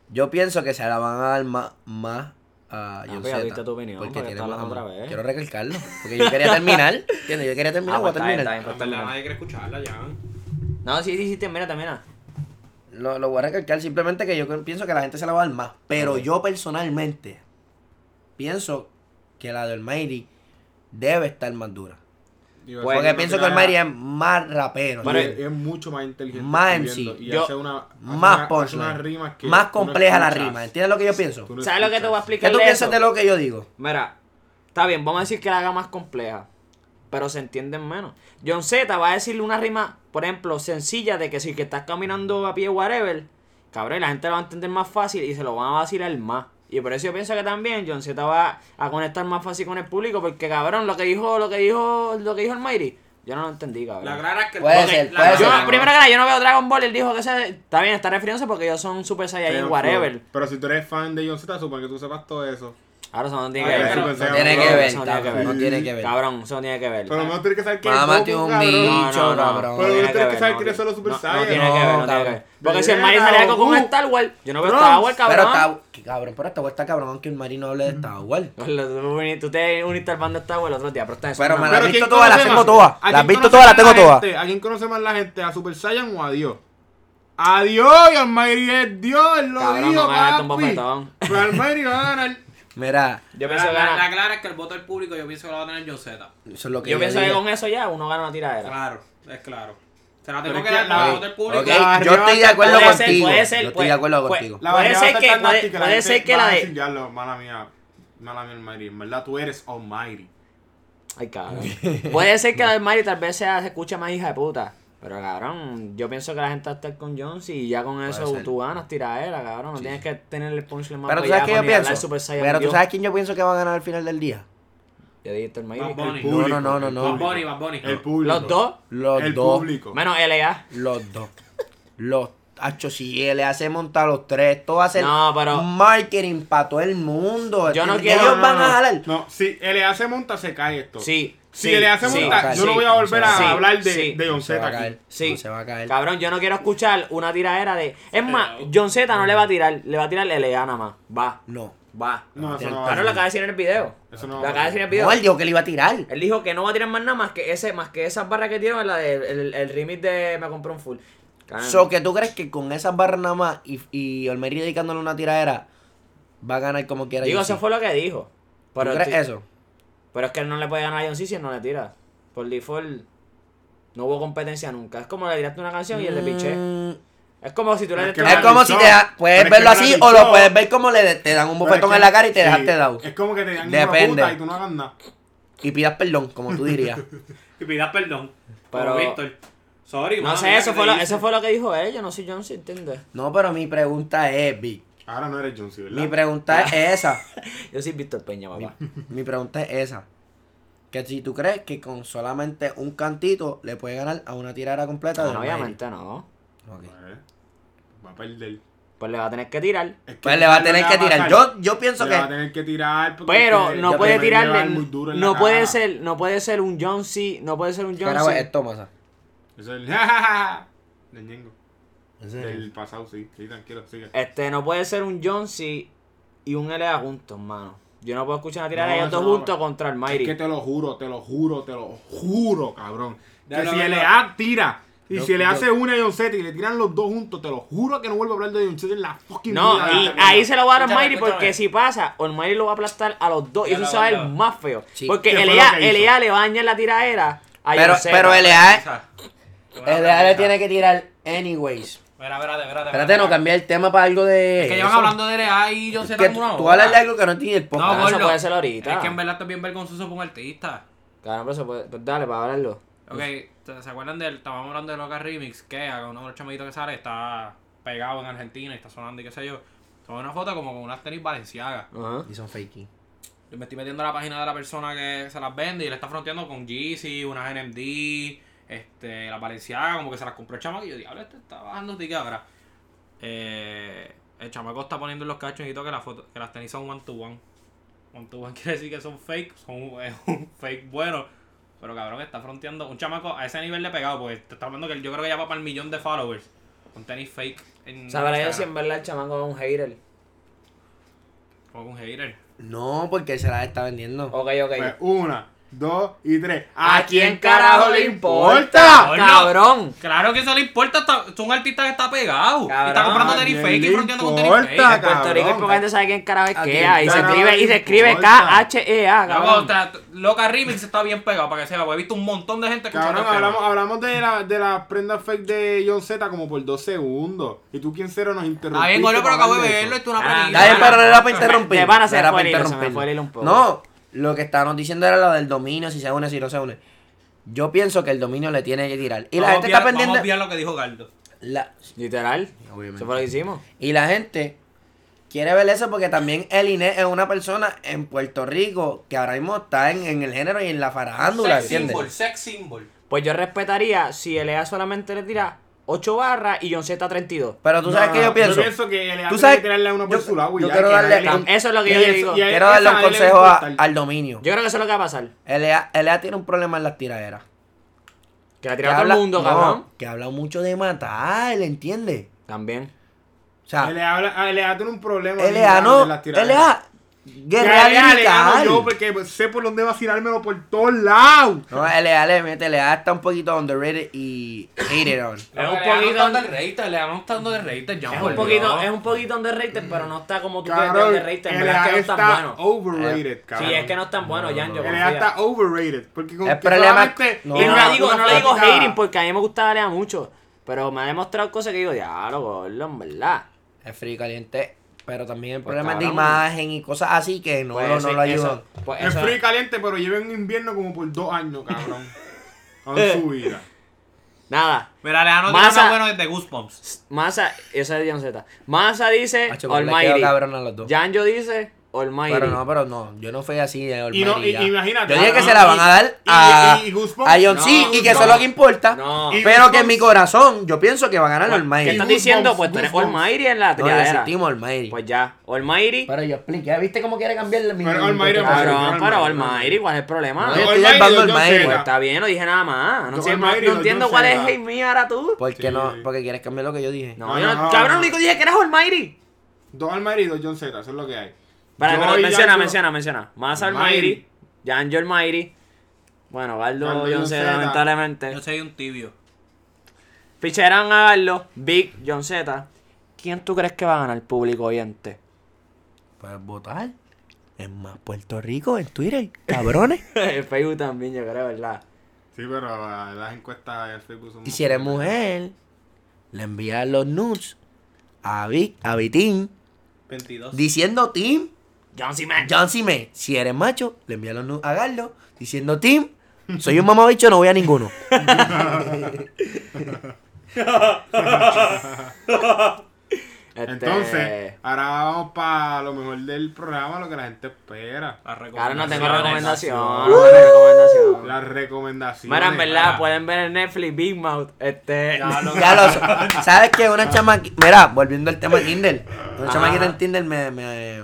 yo pienso que se la van a dar más, más a John pues ya Zeta, diste tu opinión, Porque porque tiene estás más hablando amor. otra vez. Quiero recalcarlo. Porque yo quería terminar. ¿Entiendes? Yo quería terminar, Ah, voy a pues está bien, terminar. está bien, pues En verdad, termina. nadie quiere escucharla ya. No, sí, sí, sí, termina, termina. pues. Lo, lo voy a recalcar simplemente que yo pienso que la gente se la va a dar más. Pero yo personalmente pienso que la del Mayri debe estar más dura. Digo, Pues, eso Porque es pienso que una el Mayri tirada- es más rapero. y es, ¿entiendes? es mucho más inteligente. Más escribiendo MC. Y Yo- hace una, hace una- más hace unas punchline. rimas que Más tú no compleja la escuchas. rima. ¿Entiendes lo que yo pienso? Tú no ¿Sabes lo que te voy a escuchas. explicar? ¿Qué tú piensas de lo que yo digo? Mira, está bien, vamos a decir que la haga más compleja, pero se entienden menos. John Z va a decirle una rima, por ejemplo, sencilla de que si que estás caminando a pie, whatever, cabrón, y la gente lo va a entender más fácil y se lo van a vacilar más. Y por eso yo pienso que también John Z va a conectar más fácil con el público, porque cabrón, lo que dijo, lo que dijo, lo que dijo el Mayri, yo no lo entendí, cabrón. La clara es que. Puede Ok, ser, puede la clara- ser. Yo, Claro. primero que nada, yo no veo Dragon Ball. Él dijo que se, está bien, está refiriéndose porque ellos son Super Saiyajin, Pero- whatever. Pero si tú eres fan de John Z, supone que tú sepas todo eso. Ahora eso no tiene Ay, que pero- ver. Super No Saiyajin. tiene Cabrón, que ver, eso no tiene que cabrón, no ver. tiene que ver. Cabrón, eso no tiene que ver. Pero no tienes que saber que es Mámate Goku, un cabrón. bicho. no, no, cabrón. no Pero tiene ustedes que ver, saben no, quiénes son los uh. Super no, No Saiyan. tiene que ver, no tiene que ver. Cabrón. Porque si el Vegeta, Mari sale algo con Goku. Star Wars, yo no veo Trunks. Star Wars, Pero cabrón. Mm. está, qué cabrón, pero esta está cabrón, aunque el Mari no hable de esta Tú viniste- Tú te uniste al bando de Star Wars el otro día, pero está en Pero, una mano, mierda. ¿has visto ¿quién todas? Las conoce tengo más? todas. ¿A Las quién visto conoce todas, las más tengo la todas. gente? ¿A quién conoce más la gente? ¿A Super Saiyan o a Dios? A Dios y Almighty es Dios, él lo Cabrón, dijo, no me hagas un papi. bofetón. Pero Almighty va a ganar. Mira, Yo La, pienso que la- gana- la clara es que el voto del público yo pienso que lo va a tener John Z. eso es lo que yo pienso que digo. con eso ya uno gana una tiradera. Claro, es claro. Se la Pero tengo es que que dar la- la voto del público. Ok, la yo estoy de acuerdo Puede ser, contigo. puede ser, yo estoy puede- de acuerdo puede- contigo. La Puede variedad ser va a que- tan puede- drástica, la puede gente ser que va la a de- decir, "Diablo, mala mía, mala mía Almighty. En verdad tú eres Almighty. Ay, cabrón. Puede ser que la del Mario tal vez sea, se escuche más hija de puta. Pero cabrón, yo pienso que la gente va a estar con Jones y ya con eso ser. tú ganas tiraera, cabrón. No tienes que tener el punchline más Pero tú pillado sabes quién yo ni hablar pienso. Super Saiyan Pero tú Dios. sabes quién yo pienso que va a ganar al final del día. Yo dije el Mario. Bad Bunny. No, no, no, no, Bad no. Bunny, Bad Bunny. El público. Los dos, Los el dos. público. menos LA. Los dos. Los Hacho, si él le hace montar los tres, todo va a ser No, pero- marketing para todo el mundo. Yo no ¿entiendes? quiero- Ellos no, van no, a no. jalar. No, si LAC monta, se cae esto. Sí. Si sí, LAC sí, monta, yo no sí. voy a volver a sí, hablar de, sí, de John Se va Z a aquí. caer. Sí. no se va a caer. Cabrón, yo no quiero escuchar una tiradera de. Es más, John Z no le va a tirar, le va a tirar LA nada más. Va, No. va. No, eso no va a Claro, lo pasar. acaba de decir en el video. Eso no va lo acaba a de pasar. decir en el video. No, él dijo que le iba a tirar. Él dijo que no va a tirar más nada más que ese, más que esas barras que tiró en la de el, el remix de Me compré un full. Caramba. So que tú crees que con esas barras nada más y, y Olmeri dedicándole una tiradera, va a ganar como quiera. Digo, John eso C. fue lo que dijo. ¿Tú Pero, crees ti- eso? pero es que él no le puede ganar a John C si él no le tira. Por default, no hubo competencia nunca. Es como le tiraste una canción y él le piché. Mm, Es como si tú le Es que tiraste no Es la una- como si luchó, te da- puedes pero es que verlo no la así o luchó. lo puedes ver como le, te dan un Pero bofetón es que- en la cara y te sí, dejaste dado. Es como que te dan Depende. una puta y tú no hagas nada. Y pidas perdón, como tú dirías. Y pidas perdón. Pero- Pero, Víctor. Sorry, No mala sé, mía eso que fue, te lo, hice. eso fue lo que dijo él. Yo no soy John C, ¿entiendes? No, pero mi pregunta es, Vic. Ahora no eres John C, ¿verdad? Mi pregunta es esa. Yo soy Víctor Peña, papá. Mi pregunta es esa. Que si tú crees que con solamente un cantito le puede ganar a una tirada completa de No, Olmeri. Ah, obviamente no. Ok. Eh, Va a perder. Pues le va a tener que tirar. Es que Pues le va a no tener va que pasar. tirar. Yo, yo pienso Le va a que. tener que tirar. porque es Pero que no ya puede Olmeri le va a dar tirarle. muy duro en la No cara. puede ser, no puede ser un John C. No puede ser un ¿Qué John carajo pues, es C. esto, masa? Eso es el. Del Ñengo. ¿En serio? Del pasado, sí. Sí, tranquilo, sigue. Este, no puede ser un John C y un LA juntos, mano. Yo no puedo escuchar una tirada No, de ellos eso dos no, juntos bro. contra el Es que Mayri. te lo juro, te lo juro, te lo juro, cabrón. Que Ya, no, si no, le no. da, tira. Y Yo- si le yo- hace una a Joncete y le tiran los dos juntos, te lo juro que no vuelvo a hablar de Joncete en la fucking No, vida. Pues y Cabrón. ahí se lo va a dar Escúchame, Mayri porque escúchame. si pasa, Olmayri lo va a aplastar a los dos y Ya eso lo se va a ver hablaba. más feo. Sí. Porque ¿Qué fue lo LA, que hizo? LA le va a dañar la tiradera a Pero, John C. pero LA, Esa. LA Eh, le tiene que tirar anyways. Espera, espérate, espérate. Espérate, no cambiar el tema para algo de. Es que eso. llevan hablando de LA y yo sé Es que tú, tú hablas de algo que no tiene el podcast. No, Ah, eso gordo. puede ser ahorita. Es que en verdad está bien vergonzoso como artista. Claro, pero eso puede- pues dale, para hablarlo. Ok, ¿se acuerdan del. Estábamos hablando de Loca Remix, que a uno de los chamaquitos que sale está pegado en Argentina y está sonando y qué sé yo. Tomé una foto como con unas tenis valenciagas. Ajá. Y son faking. Yo me estoy metiendo a la página de la persona que se las vende y le está fronteando con Yeezy, unas NMD, este, las Valenciaga, como que se las compró el chamaco. Y yo, diablo, este está bajando de ahora. Eh, el chamaco está poniendo en los cachos y todo que, la foto, que las tenis son one to one. One to one quiere decir que son fake, son un- es un fake bueno. Pero cabrón, está fronteando un chamaco a ese nivel de pegado, porque te está hablando que yo creo que ya va para el millón de followers. Con tenis fake en. Sabrá yo si en siempre. verdad el chamaco es un hater. Como un hater. No, porque se la está vendiendo. Ok, ok. Pues, una, dos y tres. ¿A quién carajo le importa? Coño. ¡Cabrón! Claro que eso le importa, está, es un artista que está pegado. Cabrón, está comprando tenis ¿a fake quién y le fronteando con importa, tenis fake. Ah, cabrón? Puerto Rico y poca gente sabe quién carajo es ¿A que quién hay. Y se carajo escribe, y se le escribe importa? K-H-E-A, Cabrón, cabrón. tra- Loca Remix está bien pegado para que sepa, porque he visto un montón de gente escuchando Cabrón, el tema. hablamos, hablamos de la, de la prenda fake de John Z como por dos segundos. Y tú, quién cero, nos interrumpiste. Está bien, gordo, pero para acabo de hablar verlo. eso. Esto es una Ah, película. Está bien, Dale, pero no era para interrumpir. de pana se me No fue el hilo, se me fue el hilo un poco. No, lo que estaban diciendo era lo del dominio, si se une, si no se une. Yo pienso que el dominio le tiene que tirar. Y la Vamos gente a obviar- está Vamos a pendiente. obviar lo que dijo Gardo. la- Literal. Obviamente. Eso fue lo que hicimos. Y la gente quiere ver eso porque también el Inés es una persona en Puerto Rico que ahora mismo está en, en el género y en la farándula, ¿entiendes? sex symbol. Pues yo respetaría si LA solamente le tira 8 barras y John Z 32. Pero tú sabes No, que yo pienso. Yo pienso que le Tú hace sabes- que tirarle a uno por yo- su lado. y yo ya, quiero que darle- nadie le- Tam- eso es lo que yo y le digo. y a- Quiero esa darle un nadie le consejo va a- importar. al dominio. Yo creo que eso es lo que va a pasar. LA, LA tiene un problema en las tiraderas. Que la Que tira a todo habla- el mundo, no, cabrón. Que ha hablado mucho de matar, ¿entiendes? También. O sea, LA habla- a LA tiene un problema. bien LA grande no. en las tiraderas. LA, guerrea Ya, ya, le gano lirical. yo porque sé por dónde vacilármelo por todos lados. No, LA le mete, LA está un poquito underrated y hated on. Es un un poquito- poquito de rater, le damos tanto de rater. Ya Es me un poquito, olvidó. es un poquito underrated, pero no está como tú quieres de Cabrón, underrated. En verdad es LA que no es tan está bueno. overrated, cabrón. Sí, es que no es tan bueno, Jan, yo LA confía. está overrated. Porque con El que problema- solamente no. Y no una- le digo, una no le digo flaquita- hating porque a mí me gusta Alea mucho. Pero me ha demostrado cosas que digo, diablo, gordo, en verdad. Es frío y caliente, pero también el Pues, problema es de cabrón. imagen y cosas así que no, Pues no, eso- no lo ayudan. eso- pues Es eso- frío y caliente, pero lleva en invierno como por dos años, cabrón. Con su vida. Nada. Mira, Leano tiene Masa- una buena desde Goosebumps. Masa, esa es de John Z. Masa dice, Macho, pues, le quedo Almighty. cabrón a los dos. Janjo dice, Almighty. Pero no, pero no, yo no fui así de Y no, y- Olmería. imagínate, Yo dije que no, se la no, van a y- dar a, y- y Goosebumps. a John No, C. Y que eso es no. lo que importa. No. Pero Y que Goosebumps. en mi corazón, yo pienso que va a ganar ¿Qué Bueno, Olmairi. estás No, Goosebumps, diciendo? Pues tú eres Goosebumps. Almighty en la yo triadera. sentimos Olmairi. Pues ya, Almighty. Pero yo expliqué, ¿viste cómo quiere cambiar mi Pero mi Almighty, corazón? Almighty, Cabrón, pero Almighty. Almighty, ¿cuál es el problema? No, Ah, yo Pues estoy Almighty, hablando yo- del yo Mairi. sé, Pues está bien, no dije nada más. No, Yo sé, no- Almighty, no yo entiendo sé, cuál es ah. hate mío ahora tú. ¿Por qué Sí. no? Porque quieres cambiar lo que yo dije. pues, No, No, yo no, no, no, cabrón, no. Nico, dije que eras Almighty. Dos Almighty y dos John Z, eso es lo que hay. Para, Yo pero y menciona, Yanjo- menciona, menciona. Más Almighty, Almighty. Janjo Almighty. Bueno, Baldo Baldo John Z, Yonceta. lamentablemente. Yo soy un tibio. Picheran a Baldo, Big, John Z. ¿Quién tú crees que va a ganar público oyente? Puedes Pues votar. Es más, Puerto Rico, en Twitter, cabrones. En Facebook también, yo creo, ¿verdad? Sí, pero ah, las encuestas en Facebook son. y si eres mujer, le envías los nudes a Vic, a Vitín, 22. diciendo Tim, John C. Man. John Cime. Si eres macho, le envías los nudes a Garlo, diciendo Tim, soy un mamabicho, no voy a ninguno. Este, Entonces, ahora vamos para lo mejor del programa, lo que la gente espera. Las Ahora no tengo recomendación. recomendaciones. Uh. no tengo recomendación. Las recomendaciones. Ah. Mira, en verdad, pues- Mira. pueden ver en Netflix Big Mouth. Este. Ya lo- Ya lo sa- sabes que una chamaquita, mira, volviendo al tema de Tinder, una Ajá. chamaquita en Tinder me, me,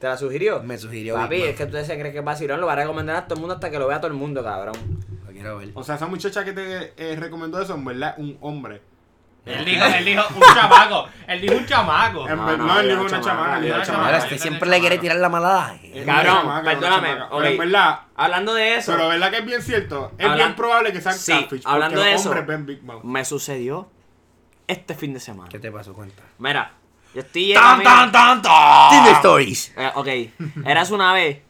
¿Te la sugirió? me sugirió Papi, Big Mac. es que ustedes se creen que es vacilón, lo va a recomendar a todo el mundo hasta que lo vea todo el mundo, cabrón. Lo quiero ver. O sea, esa muchacha que te eh, recomendó eso, en verdad, un hombre. Él dijo, él dijo un chamaco. Él dijo un chamaco. En Oh, no, verdad, no, no, él era dijo una chamaca, chamaca. era dijo una Ahora chamaca. chamaca. Yo este tenía siempre le quiere chamaca. tirar la malada. Él dijo una Cabrón, chamaca, una perdóname, chamaca. ok. Pero en verdad, Hablando de eso, pero verdad que es bien cierto. Es Hablan- bien probable que sean Sí, catfish. porque hablando de los eso. hombres ven Big Mouth. me sucedió este fin de semana. ¿Qué te pasó cuenta? Mira, yo estoy ¡Tan, tan, tan, Ah. tan! Tinder Stories. Eh, ok, eras una vez,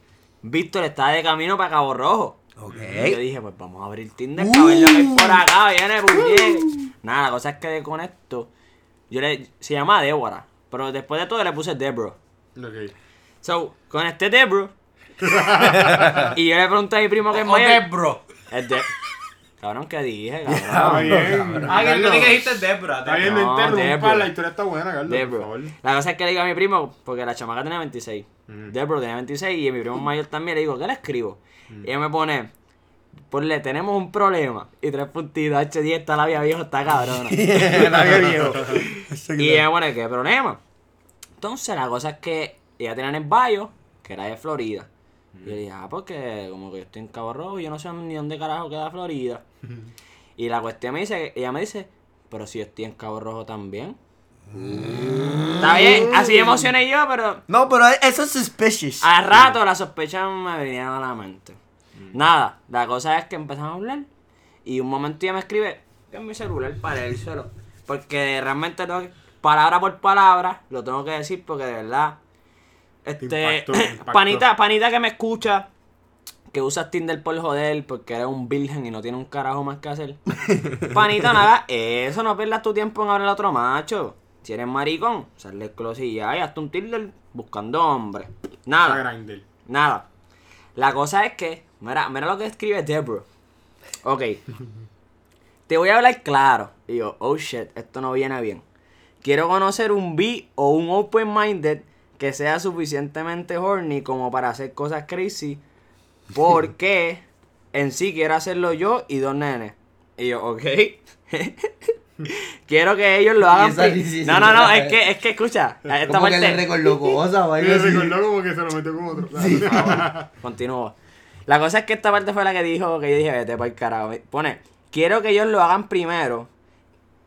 Víctor estaba de camino para Cabo Rojo. Ok. Y yo dije, pues vamos a abrir Tinder, para ver lo que hay por acá, viene, puñet. Nada, la cosa es que con esto, yo le, se llama Débora, pero después de todo le puse Debro. Ok. So, con este Debro, y yo le pregunté a mi primo que es O mayor. Debro. Es de... Cabrón, ¿qué dije, Está cabrón? bien. Ah, que tú Carlos, tienes que dijiste Debra. Está bien, no No, Debra. interrumpa. La historia está buena, Carlos. Por Debro. favor. La cosa es que le digo a mi primo, porque la chamaca tenía 26. Mm. Debro tenía 26 y mi primo mayor también. Le digo, ¿qué le escribo? Mm. Y él me pone, ponle, tenemos un problema. Y tres puntitos, H10, está la vía viejo, está cabrona. Y ella, bueno, ¿qué problema? Entonces, la cosa es que ella tenía en el bayo, que era de Florida. Mm. Y yo le dije, ah, porque como que yo estoy en Cabo Rojo, yo no sé ni dónde carajo queda Florida. y la cuestión me dice, ella me dice, pero si yo estoy en Cabo Rojo también. Está bien, así me emocioné yo, pero No, pero eso es suspicious. a rato las sospechas me venían a la mente. Nada, la cosa es que empezamos a hablar y un momento ella me escribe que es mi celular para él solo. Porque realmente no, palabra por palabra lo tengo que decir porque de verdad. Este, impactó, te impactó. panita, panita que me escucha, que usas Tinder por joder porque eres un virgen y no tiene un carajo más que hacer. Panita, nada, eso no pierdas tu tiempo en hablar a otro macho. Si eres maricón, sal del closet y ya, y hazte un Tinder buscando hombre. Está Nada. grande. Nada. La cosa es que, mira, mira lo que escribe Debra. Ok. Te voy a hablar claro. Y yo, oh shit, esto no viene bien. Quiero conocer un B o un open minded que sea suficientemente horny como para hacer cosas crazy. Porque en sí quiero hacerlo yo y dos nenes. Y yo, ok. quiero que ellos lo hagan. esa pri- risa, no, no, no, esa- es que, es que escucha. Esta Como que parte- le recordó cosas o Y algo le así. recordó como que se lo metió con otro. Continúo. La cosa es que esta parte fue la que dijo que yo dije, vete para el carajo. Pone, quiero que ellos lo hagan primero,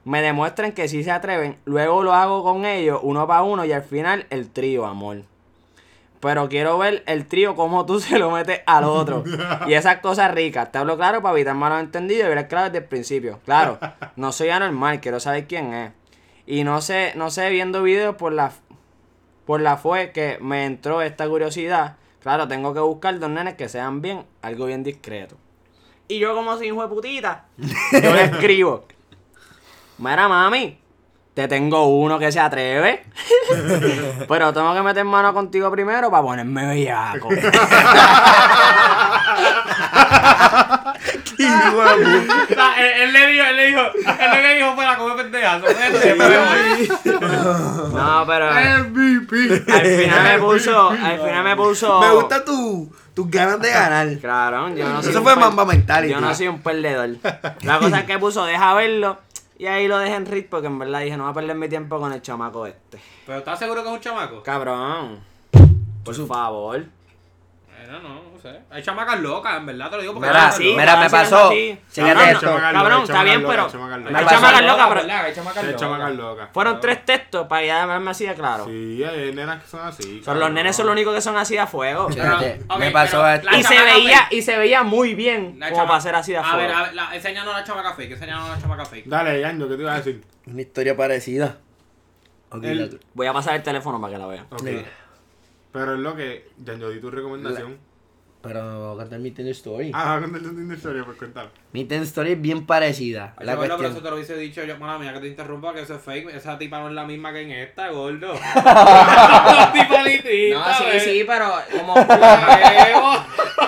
me demuestren que sí se atreven, luego lo hago con ellos, uno para uno, y al final el trío, amor. Pero quiero ver el trío como tú se lo metes al otro. Y esas cosas ricas. Te hablo claro para evitar malos entendidos y ver claro desde el principio. Claro, no soy anormal, quiero saber quién es. Y no sé, no sé, viendo videos por la por la fue que me entró esta curiosidad. Claro, tengo que buscar dos nenes que sean bien, algo bien discreto. Y yo como soy hijo de putita, yo le escribo. Mira, mami, te tengo uno que se atreve. Pero tengo que meter mano contigo primero para ponerme bellaco. O sea, él, él le dijo, él le dijo, él lo que dijo fue la come pendejas. Son estos que me voy. No, pero al MVP. final me puso, al final me puso. Me gusta tu, tus ganas de ganar. Claro, yo no soy Eso un fue per- Mamba Mentality. Yo no soy un perdedor. La cosa es que puso, deja verlo. Y ahí lo dejé en read porque en verdad dije, no voy a perder mi tiempo con el chamaco este. Pero ¿estás seguro que es un chamaco? Cabrón. Por favor. Eh, no, no, no sé. Hay chamacas locas, en verdad, te lo digo porque. Mira, Ah, hay chamacas locas. mira, me pasó. Fíjate Cabrón, esto. cabrón, Chamaca está bien, loca, pero. chamaca loca. Hay Me pasó. chamacas locas, pero. ¿verdad? Hay chamacas El locas. chamaco loca. Fueron tres textos para ya darme así de claro. Sí, hay nenas que son así. Son los nenes son los únicos que son así de a fuego. Fíjate, Pero, ok, me pasó pero esto. la Y se chamaca veía, fake. y se veía muy bien La como chama- para ser así de a A ver, a fuego. ver, la, enséñanos la chamaca fake, enséñanos la chamaca fake. Dale, Yanjo, ¿qué te iba a decir? Una historia parecida. Ok, El- la- Voy a pasar el teléfono para que la vean. Ok. Mira. Pero es lo que. Yanjo, di tu recomendación. Pero cantar mi Tinder Story. Ah, va a contar una historia, pues cuéntalo. Mi Tinder Story es bien parecida. Ay, La gordo, pero eso cuestión. te lo hubiese dicho yo, mala mía, que te interrumpa, que eso es fake. Esa tipa no es la misma que en esta, gordo. tipo No, litista, sí, ¿ves? sí, pero como. Huevo.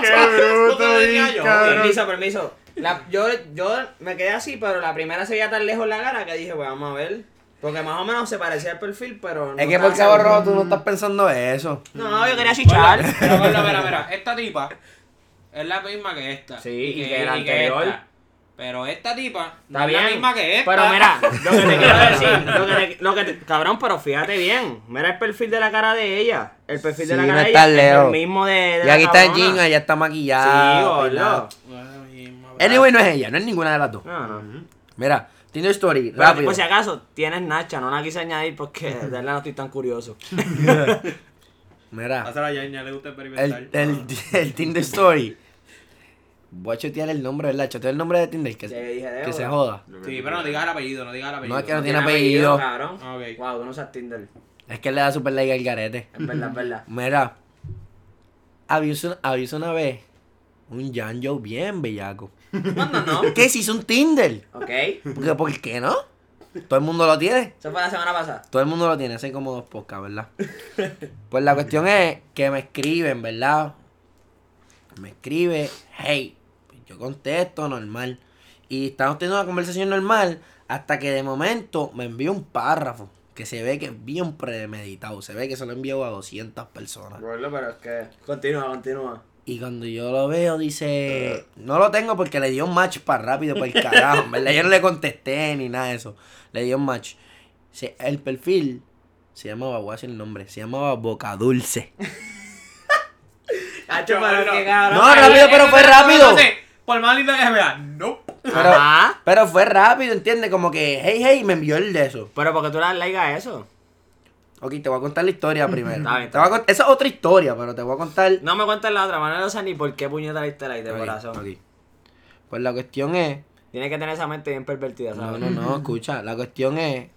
¡Qué bruto, tenía yo. cabrón! permiso, permiso. La- yo, yo me quedé así, pero la primera se veía tan lejos la cara que dije, pues vamos a ver. Porque más o menos se parecía el perfil, pero. no Es que estaba por cabo seguro. rojo tú no estás pensando eso. No, yo quería chichar. Pero gordo, mira, mira, esta tipa es la misma que esta. Sí, y que la anterior. esta. Pero esta tipa no Está es bien. la misma que esta. Pero mira, lo que te quiero decir, lo que te- lo que te- cabrón, pero fíjate bien. Mira el perfil de la cara de ella. El perfil de Sí, la no cara de está ella es lejos. el mismo de, de Y la aquí está cabrona. Jin, allá está Sí, maquillada. gordo. peinada. Bueno, misma, ¿verdad? Anyway, no es ella, no es ninguna de las dos. No, no. Mira, Tinder Story, Pero, rápido. por si acaso, tienes Nacha, no la quise añadir porque de verdad no estoy tan curioso. Mira, Pásala a Yaña, le gusta experimentar. Ah. el, el, el Tinder Story. Voy a chotear el nombre, ¿verdad? Chotear el nombre de Tinder, que, Ya dije, que deuda. se joda. Sí, pero no digas el apellido, no digas el apellido. No, es que no tiene apellido. cabrón. Ah, ok. Wow, tú no usas Tinder. Es que le da super like al garete. Es verdad, es verdad. Mira, aviso, aviso una vez. Un Janjo bien bellaco. No, no, no. ¿Qué se hizo un Tinder? Ok. Porque, ¿Por qué no? Todo el mundo lo tiene. Eso fue la semana pasada. Todo el mundo lo tiene, hacen como dos podcasts, ¿verdad? Pues la cuestión es que me escriben, ¿verdad? Me escribe, hey, yo contesto normal. Y estamos teniendo una conversación normal hasta que de momento me envía un párrafo que se ve que es bien premeditado, se ve que se lo envió a 200 personas. Bueno, pero es que. Continúa, continúa. Y cuando yo lo veo, dice, no lo tengo porque le dio un match para rápido, para el carajo, en ¿verdad? Yo no le contesté ni nada de eso. Le dio un match. Se- el perfil se llamaba, voy a decir el nombre, se llamaba Boca Dulce. Hacho, pero Cabrón. qué cabrón. No, rápido, pero fue rápido. Por más lindo que vea, no. Pero, Ajá. pero fue rápido, ¿entiendes? Como que, hey, hey, me envió el de eso. Pero porque tú le das like a eso. Ok, te voy a contar la historia primero. Está bien, Te voy a cont- esa es otra historia, pero te voy a contar No me cuentes la otra, mano, no sé ni por qué puñeta le diste like de Ok, corazón. ok. Pues la cuestión es. Tienes que tener esa mente bien pervertida, No, ¿sabes? no, no, escucha. La cuestión es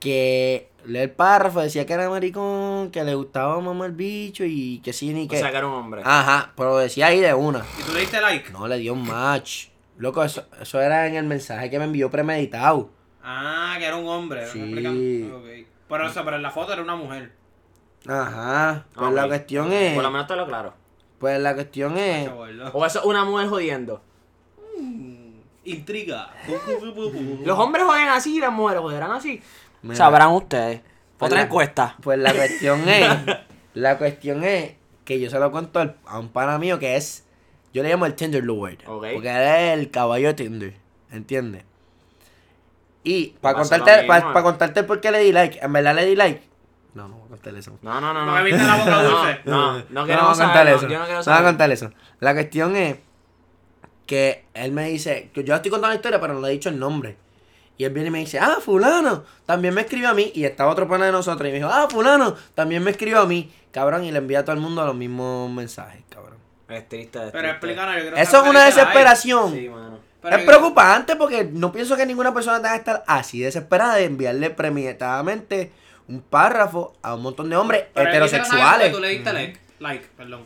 que leí el párrafo decía que era maricón, que le gustaba mamar el bicho y que sí ni O que. sea, que era un hombre. Ajá, pero decía ahí de una. Y tú le diste like. No le dio un match. Loco, eso, eso era en el mensaje que me envió premeditado. Ah, que era un hombre. Sí. ¿no? Ok. Pero eso, pero en la foto era una mujer. Ajá. Pues la Ok. cuestión Por es. lo menos te lo claro. Pues la cuestión es. Chaval. O eso es una mujer jodiendo. Intriga. Los hombres joden así y las mujeres joderán así. Mira. Sabrán ustedes. Pues Otra la- encuesta. Pues la cuestión es. la cuestión es que yo se lo cuento al- a un pana mío que es. Yo le llamo el Tinder Lord. Ok. Porque él es el caballo de Tinder. ¿Entiendes? Y para pasa lo contarte, mismo, para eh. contarte el por qué le di like. En verdad le di like. No, no voy a contar eso. No, no, no, no. No me viste la boca dulce. No, no, no voy quiero a saber. contar no, yo no quiero eso. No voy a saber. contar eso. La cuestión es que él me dice, que yo estoy contando la historia, pero no le he dicho el nombre. Y él viene y me dice, ah, fulano, también me escribió a mí. Y estaba otro pana de nosotros y me dijo, ah, fulano, también me escribió a mí. Cabrón, y le envía a todo el mundo los mismos mensajes, cabrón. Es triste, es Pero triste. explícanos, yo quiero Eso es saber una qué like. desesperación. Sí, mano. Pero es yo- preocupante porque no pienso que ninguna persona tenga que estar así desesperada de enviarle premeditadamente un párrafo a un montón de hombres pero yo quiero saber heterosexuales. por qué Tú le diste like. Like, perdón.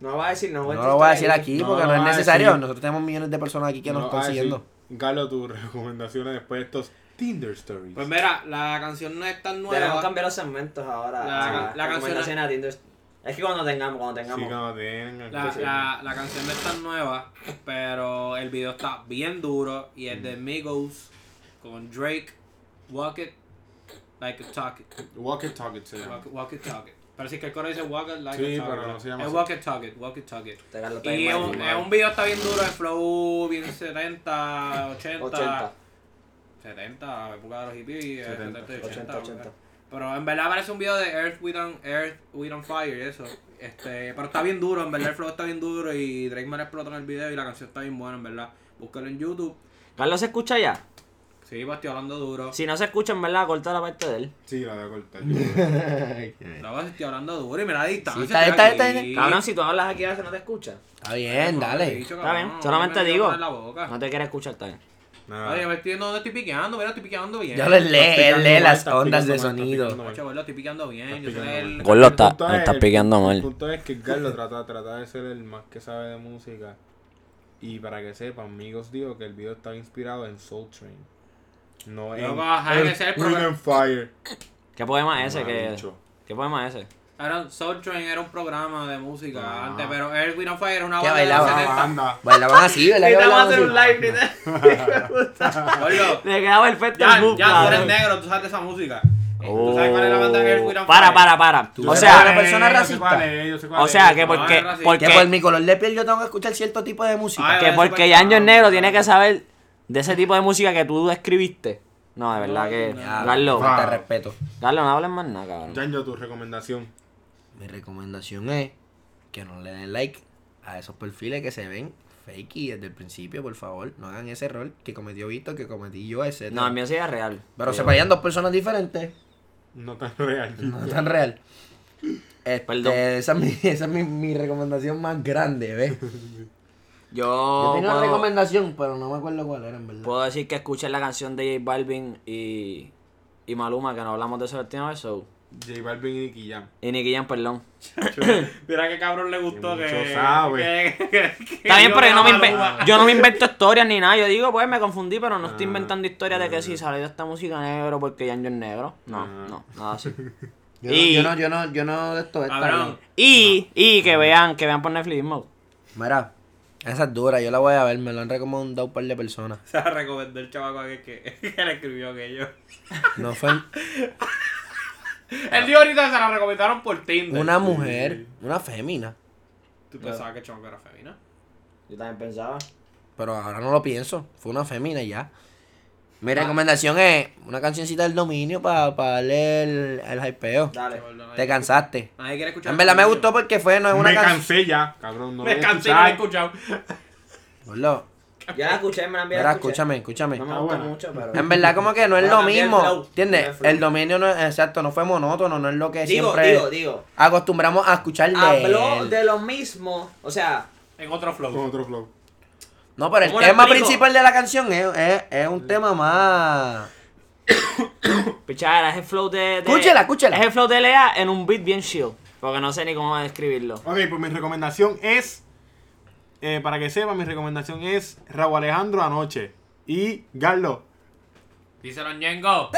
No va a decir, no, No esta lo voy a decir historia aquí No porque lo no es va a necesario. decir. Nosotros tenemos millones de personas aquí que nos No, están ah, sí. siguiendo. Galo, tus recomendaciones después de estos Tinder Stories. Pues mira, la canción no es tan Debemos nueva. cambiar los segmentos La- ahora. a- la canción- recomendaciones a Tinder. Es que cuando tengamos, cuando Sí, tengamos. cuando tengan, La, que sí. la- la canción no es tan nueva, pero el video está bien duro y es de Migos con Drake Walk it like a talk it. Walk it, talk it, se llama. Walk, walk it, talk it. Pero sí que el coro dice walk it like Sí, a talk pero it. no se llama Es así. walk it, talk it, walk it, talk it. Te Carlos Y es Pérez un, Marín. es un video está bien duro, el flow bien 70, 80, 80. 70, la época de los hippies, eh, 70, 70, 80, 80, 80. Pero en verdad parece un video de Earth We Don't, Earth We Don't Fire y eso. Este, pero está bien duro, en verdad el flow está bien duro y Drake me explotó en el video y la canción está bien buena, en verdad. Búscalo en YouTube. Carlos se escucha ya. Sí, pues estoy hablando duro. Si no se escucha, en verdad, corta la parte de él. Sí, la voy a cortar. La voz pues estoy hablando duro y me la distancia. Sí, está- estoy está- está- aquí. Cabrón, si tú hablas aquí a veces Ah, no te escucha. Está Ah, bien, dale. Bicho, Está pues, cabrón, bien, no solamente me digo. voy a poner la boca. No te quiere escuchar también. Nada. Ay, yo me estoy, no, no estoy piqueando, mira, estoy piqueando bien. Yo le lee, Estás él lee picando mal, las estás ondas picando de mal, estás sonido. picando mal. Macho, gordo, estoy piqueando bien. Yo soy picando el. mal. Gordo está- Punto es- está picando El punto es que Carlos trata, trata de ser el más que sabe de música. Y para que sepan, amigos, digo que el video está inspirado en Soul Train. No en Loco, ajá, ese Earth, es el Wind problema. and Fire. ¿Qué poema es ese? Mal ¿Qué, hecho. ¿Qué poema es ese? Era, Soul Train era un programa de música Ah. antes, pero Earth, Wind and Fire era una ¿Qué banda de bailaba? los Ah, 70. anda. Bailaban así, ¿verdad? que bailaban Necesitamos hacer así? un live, Nita. Gordo, Le quedaba perfecto Ya, el book, ya, tú eres cabrón. negro, tú sabes de esa música. Eh, ¿Tú sabes cuál es la banda de Earth, Wind and Para, Fire? para, para. Tú O eres sea, una persona Yo sé cuál racista. es, yo sé cuál o es. sea que No, porque, eres racista. porque, Que por mi color de piel yo tengo que escuchar cierto tipo de música. Ay, que eres porque súper Yanjo es cabrón, negro cabrón. tiene que saber de ese tipo de música que tú escribiste. No, de verdad que. Ya, Carlos, falta de Wow. respeto. Carlos, no hables más nada, cabrón. Janjo, tu recomendación. Mi recomendación es que no le den like a esos perfiles que se ven fake y desde el principio, por favor, no hagan ese error que cometió Vito, que cometí yo, etc. No, el mío sí es real. Pero se Yo- vayan dos personas diferentes, No tan real. no tan real. Este, Eh, Perdón. Esa es, mi, esa es mi, mi recomendación más grande, ¿ves? Yo Yo tenía una puedo, recomendación, pero no me acuerdo cuál era, en verdad. puedo decir que escuché la canción de J Balvin y, y Maluma, que no hablamos de eso la última vez. so- J Balvin y Nicky Jam. Y Nicky Jam, perdón. Mira qué cabrón le gustó Que que. mucho que- sabe. que- que- Está bien, yo pero yo no, me llamo a inve- Maluma. yo no me invento historias ni nada. Yo digo, pues me confundí, pero no estoy Ah, inventando historias de que si salió esta música negro porque Yanjo es negro. No, Ah. no, nada así. Yo, no- Y- yo no, yo no, yo no de esto esta, Cabrón. Y, y que vean, que vean por Netflix mismo. no. Mira, esa es dura, yo la voy a ver, me lo han recomendado un par de personas. Se la recomendó el chavaco aquel que, que le escribió aquello. No fue El día ahorita se la recomendaron por Tinder. una mujer, una fémina, Tú pensabas que el chavaco era femenina. Yo también pensaba. pero ahora no lo pienso, fue una fémina y ya. Mi Ah. recomendación es una cancioncita del dominio para darle el, el hypeo. Dale. Te cansaste. Nadie quiere escuchar. En verdad me el gustó porque fue no es una Me canción. cansé ya, cabrón. No Me voy a cansé y no lo he escuchar. escuchado. Gordo, Ya la escuché, me la enviaron. Mira, escúchame, escúchame. me Ah, gustó mucho, pero. En verdad como que no es Ahora lo cambié el mismo, flow. Cambié el ¿entiendes? flow. El dominio no es, exacto, no fue monótono, no es lo que Digo, siempre digo, digo. acostumbramos a escuchar de Habló él. de lo mismo. O sea, En otro Con flow. otro flow. No, pero el ¿Cómo le tema explico? principal de la canción es, es- es un tema más... pichara, es el flow de. de- Escúchela, escúchela. Es el flow de Lea en un beat bien chill. Porque no sé ni cómo describirlo. Ok, pues mi recomendación es. eh, para que sepan, mi recomendación es Raúl Alejandro anoche. Y Garlo. Díselo, Ñengo.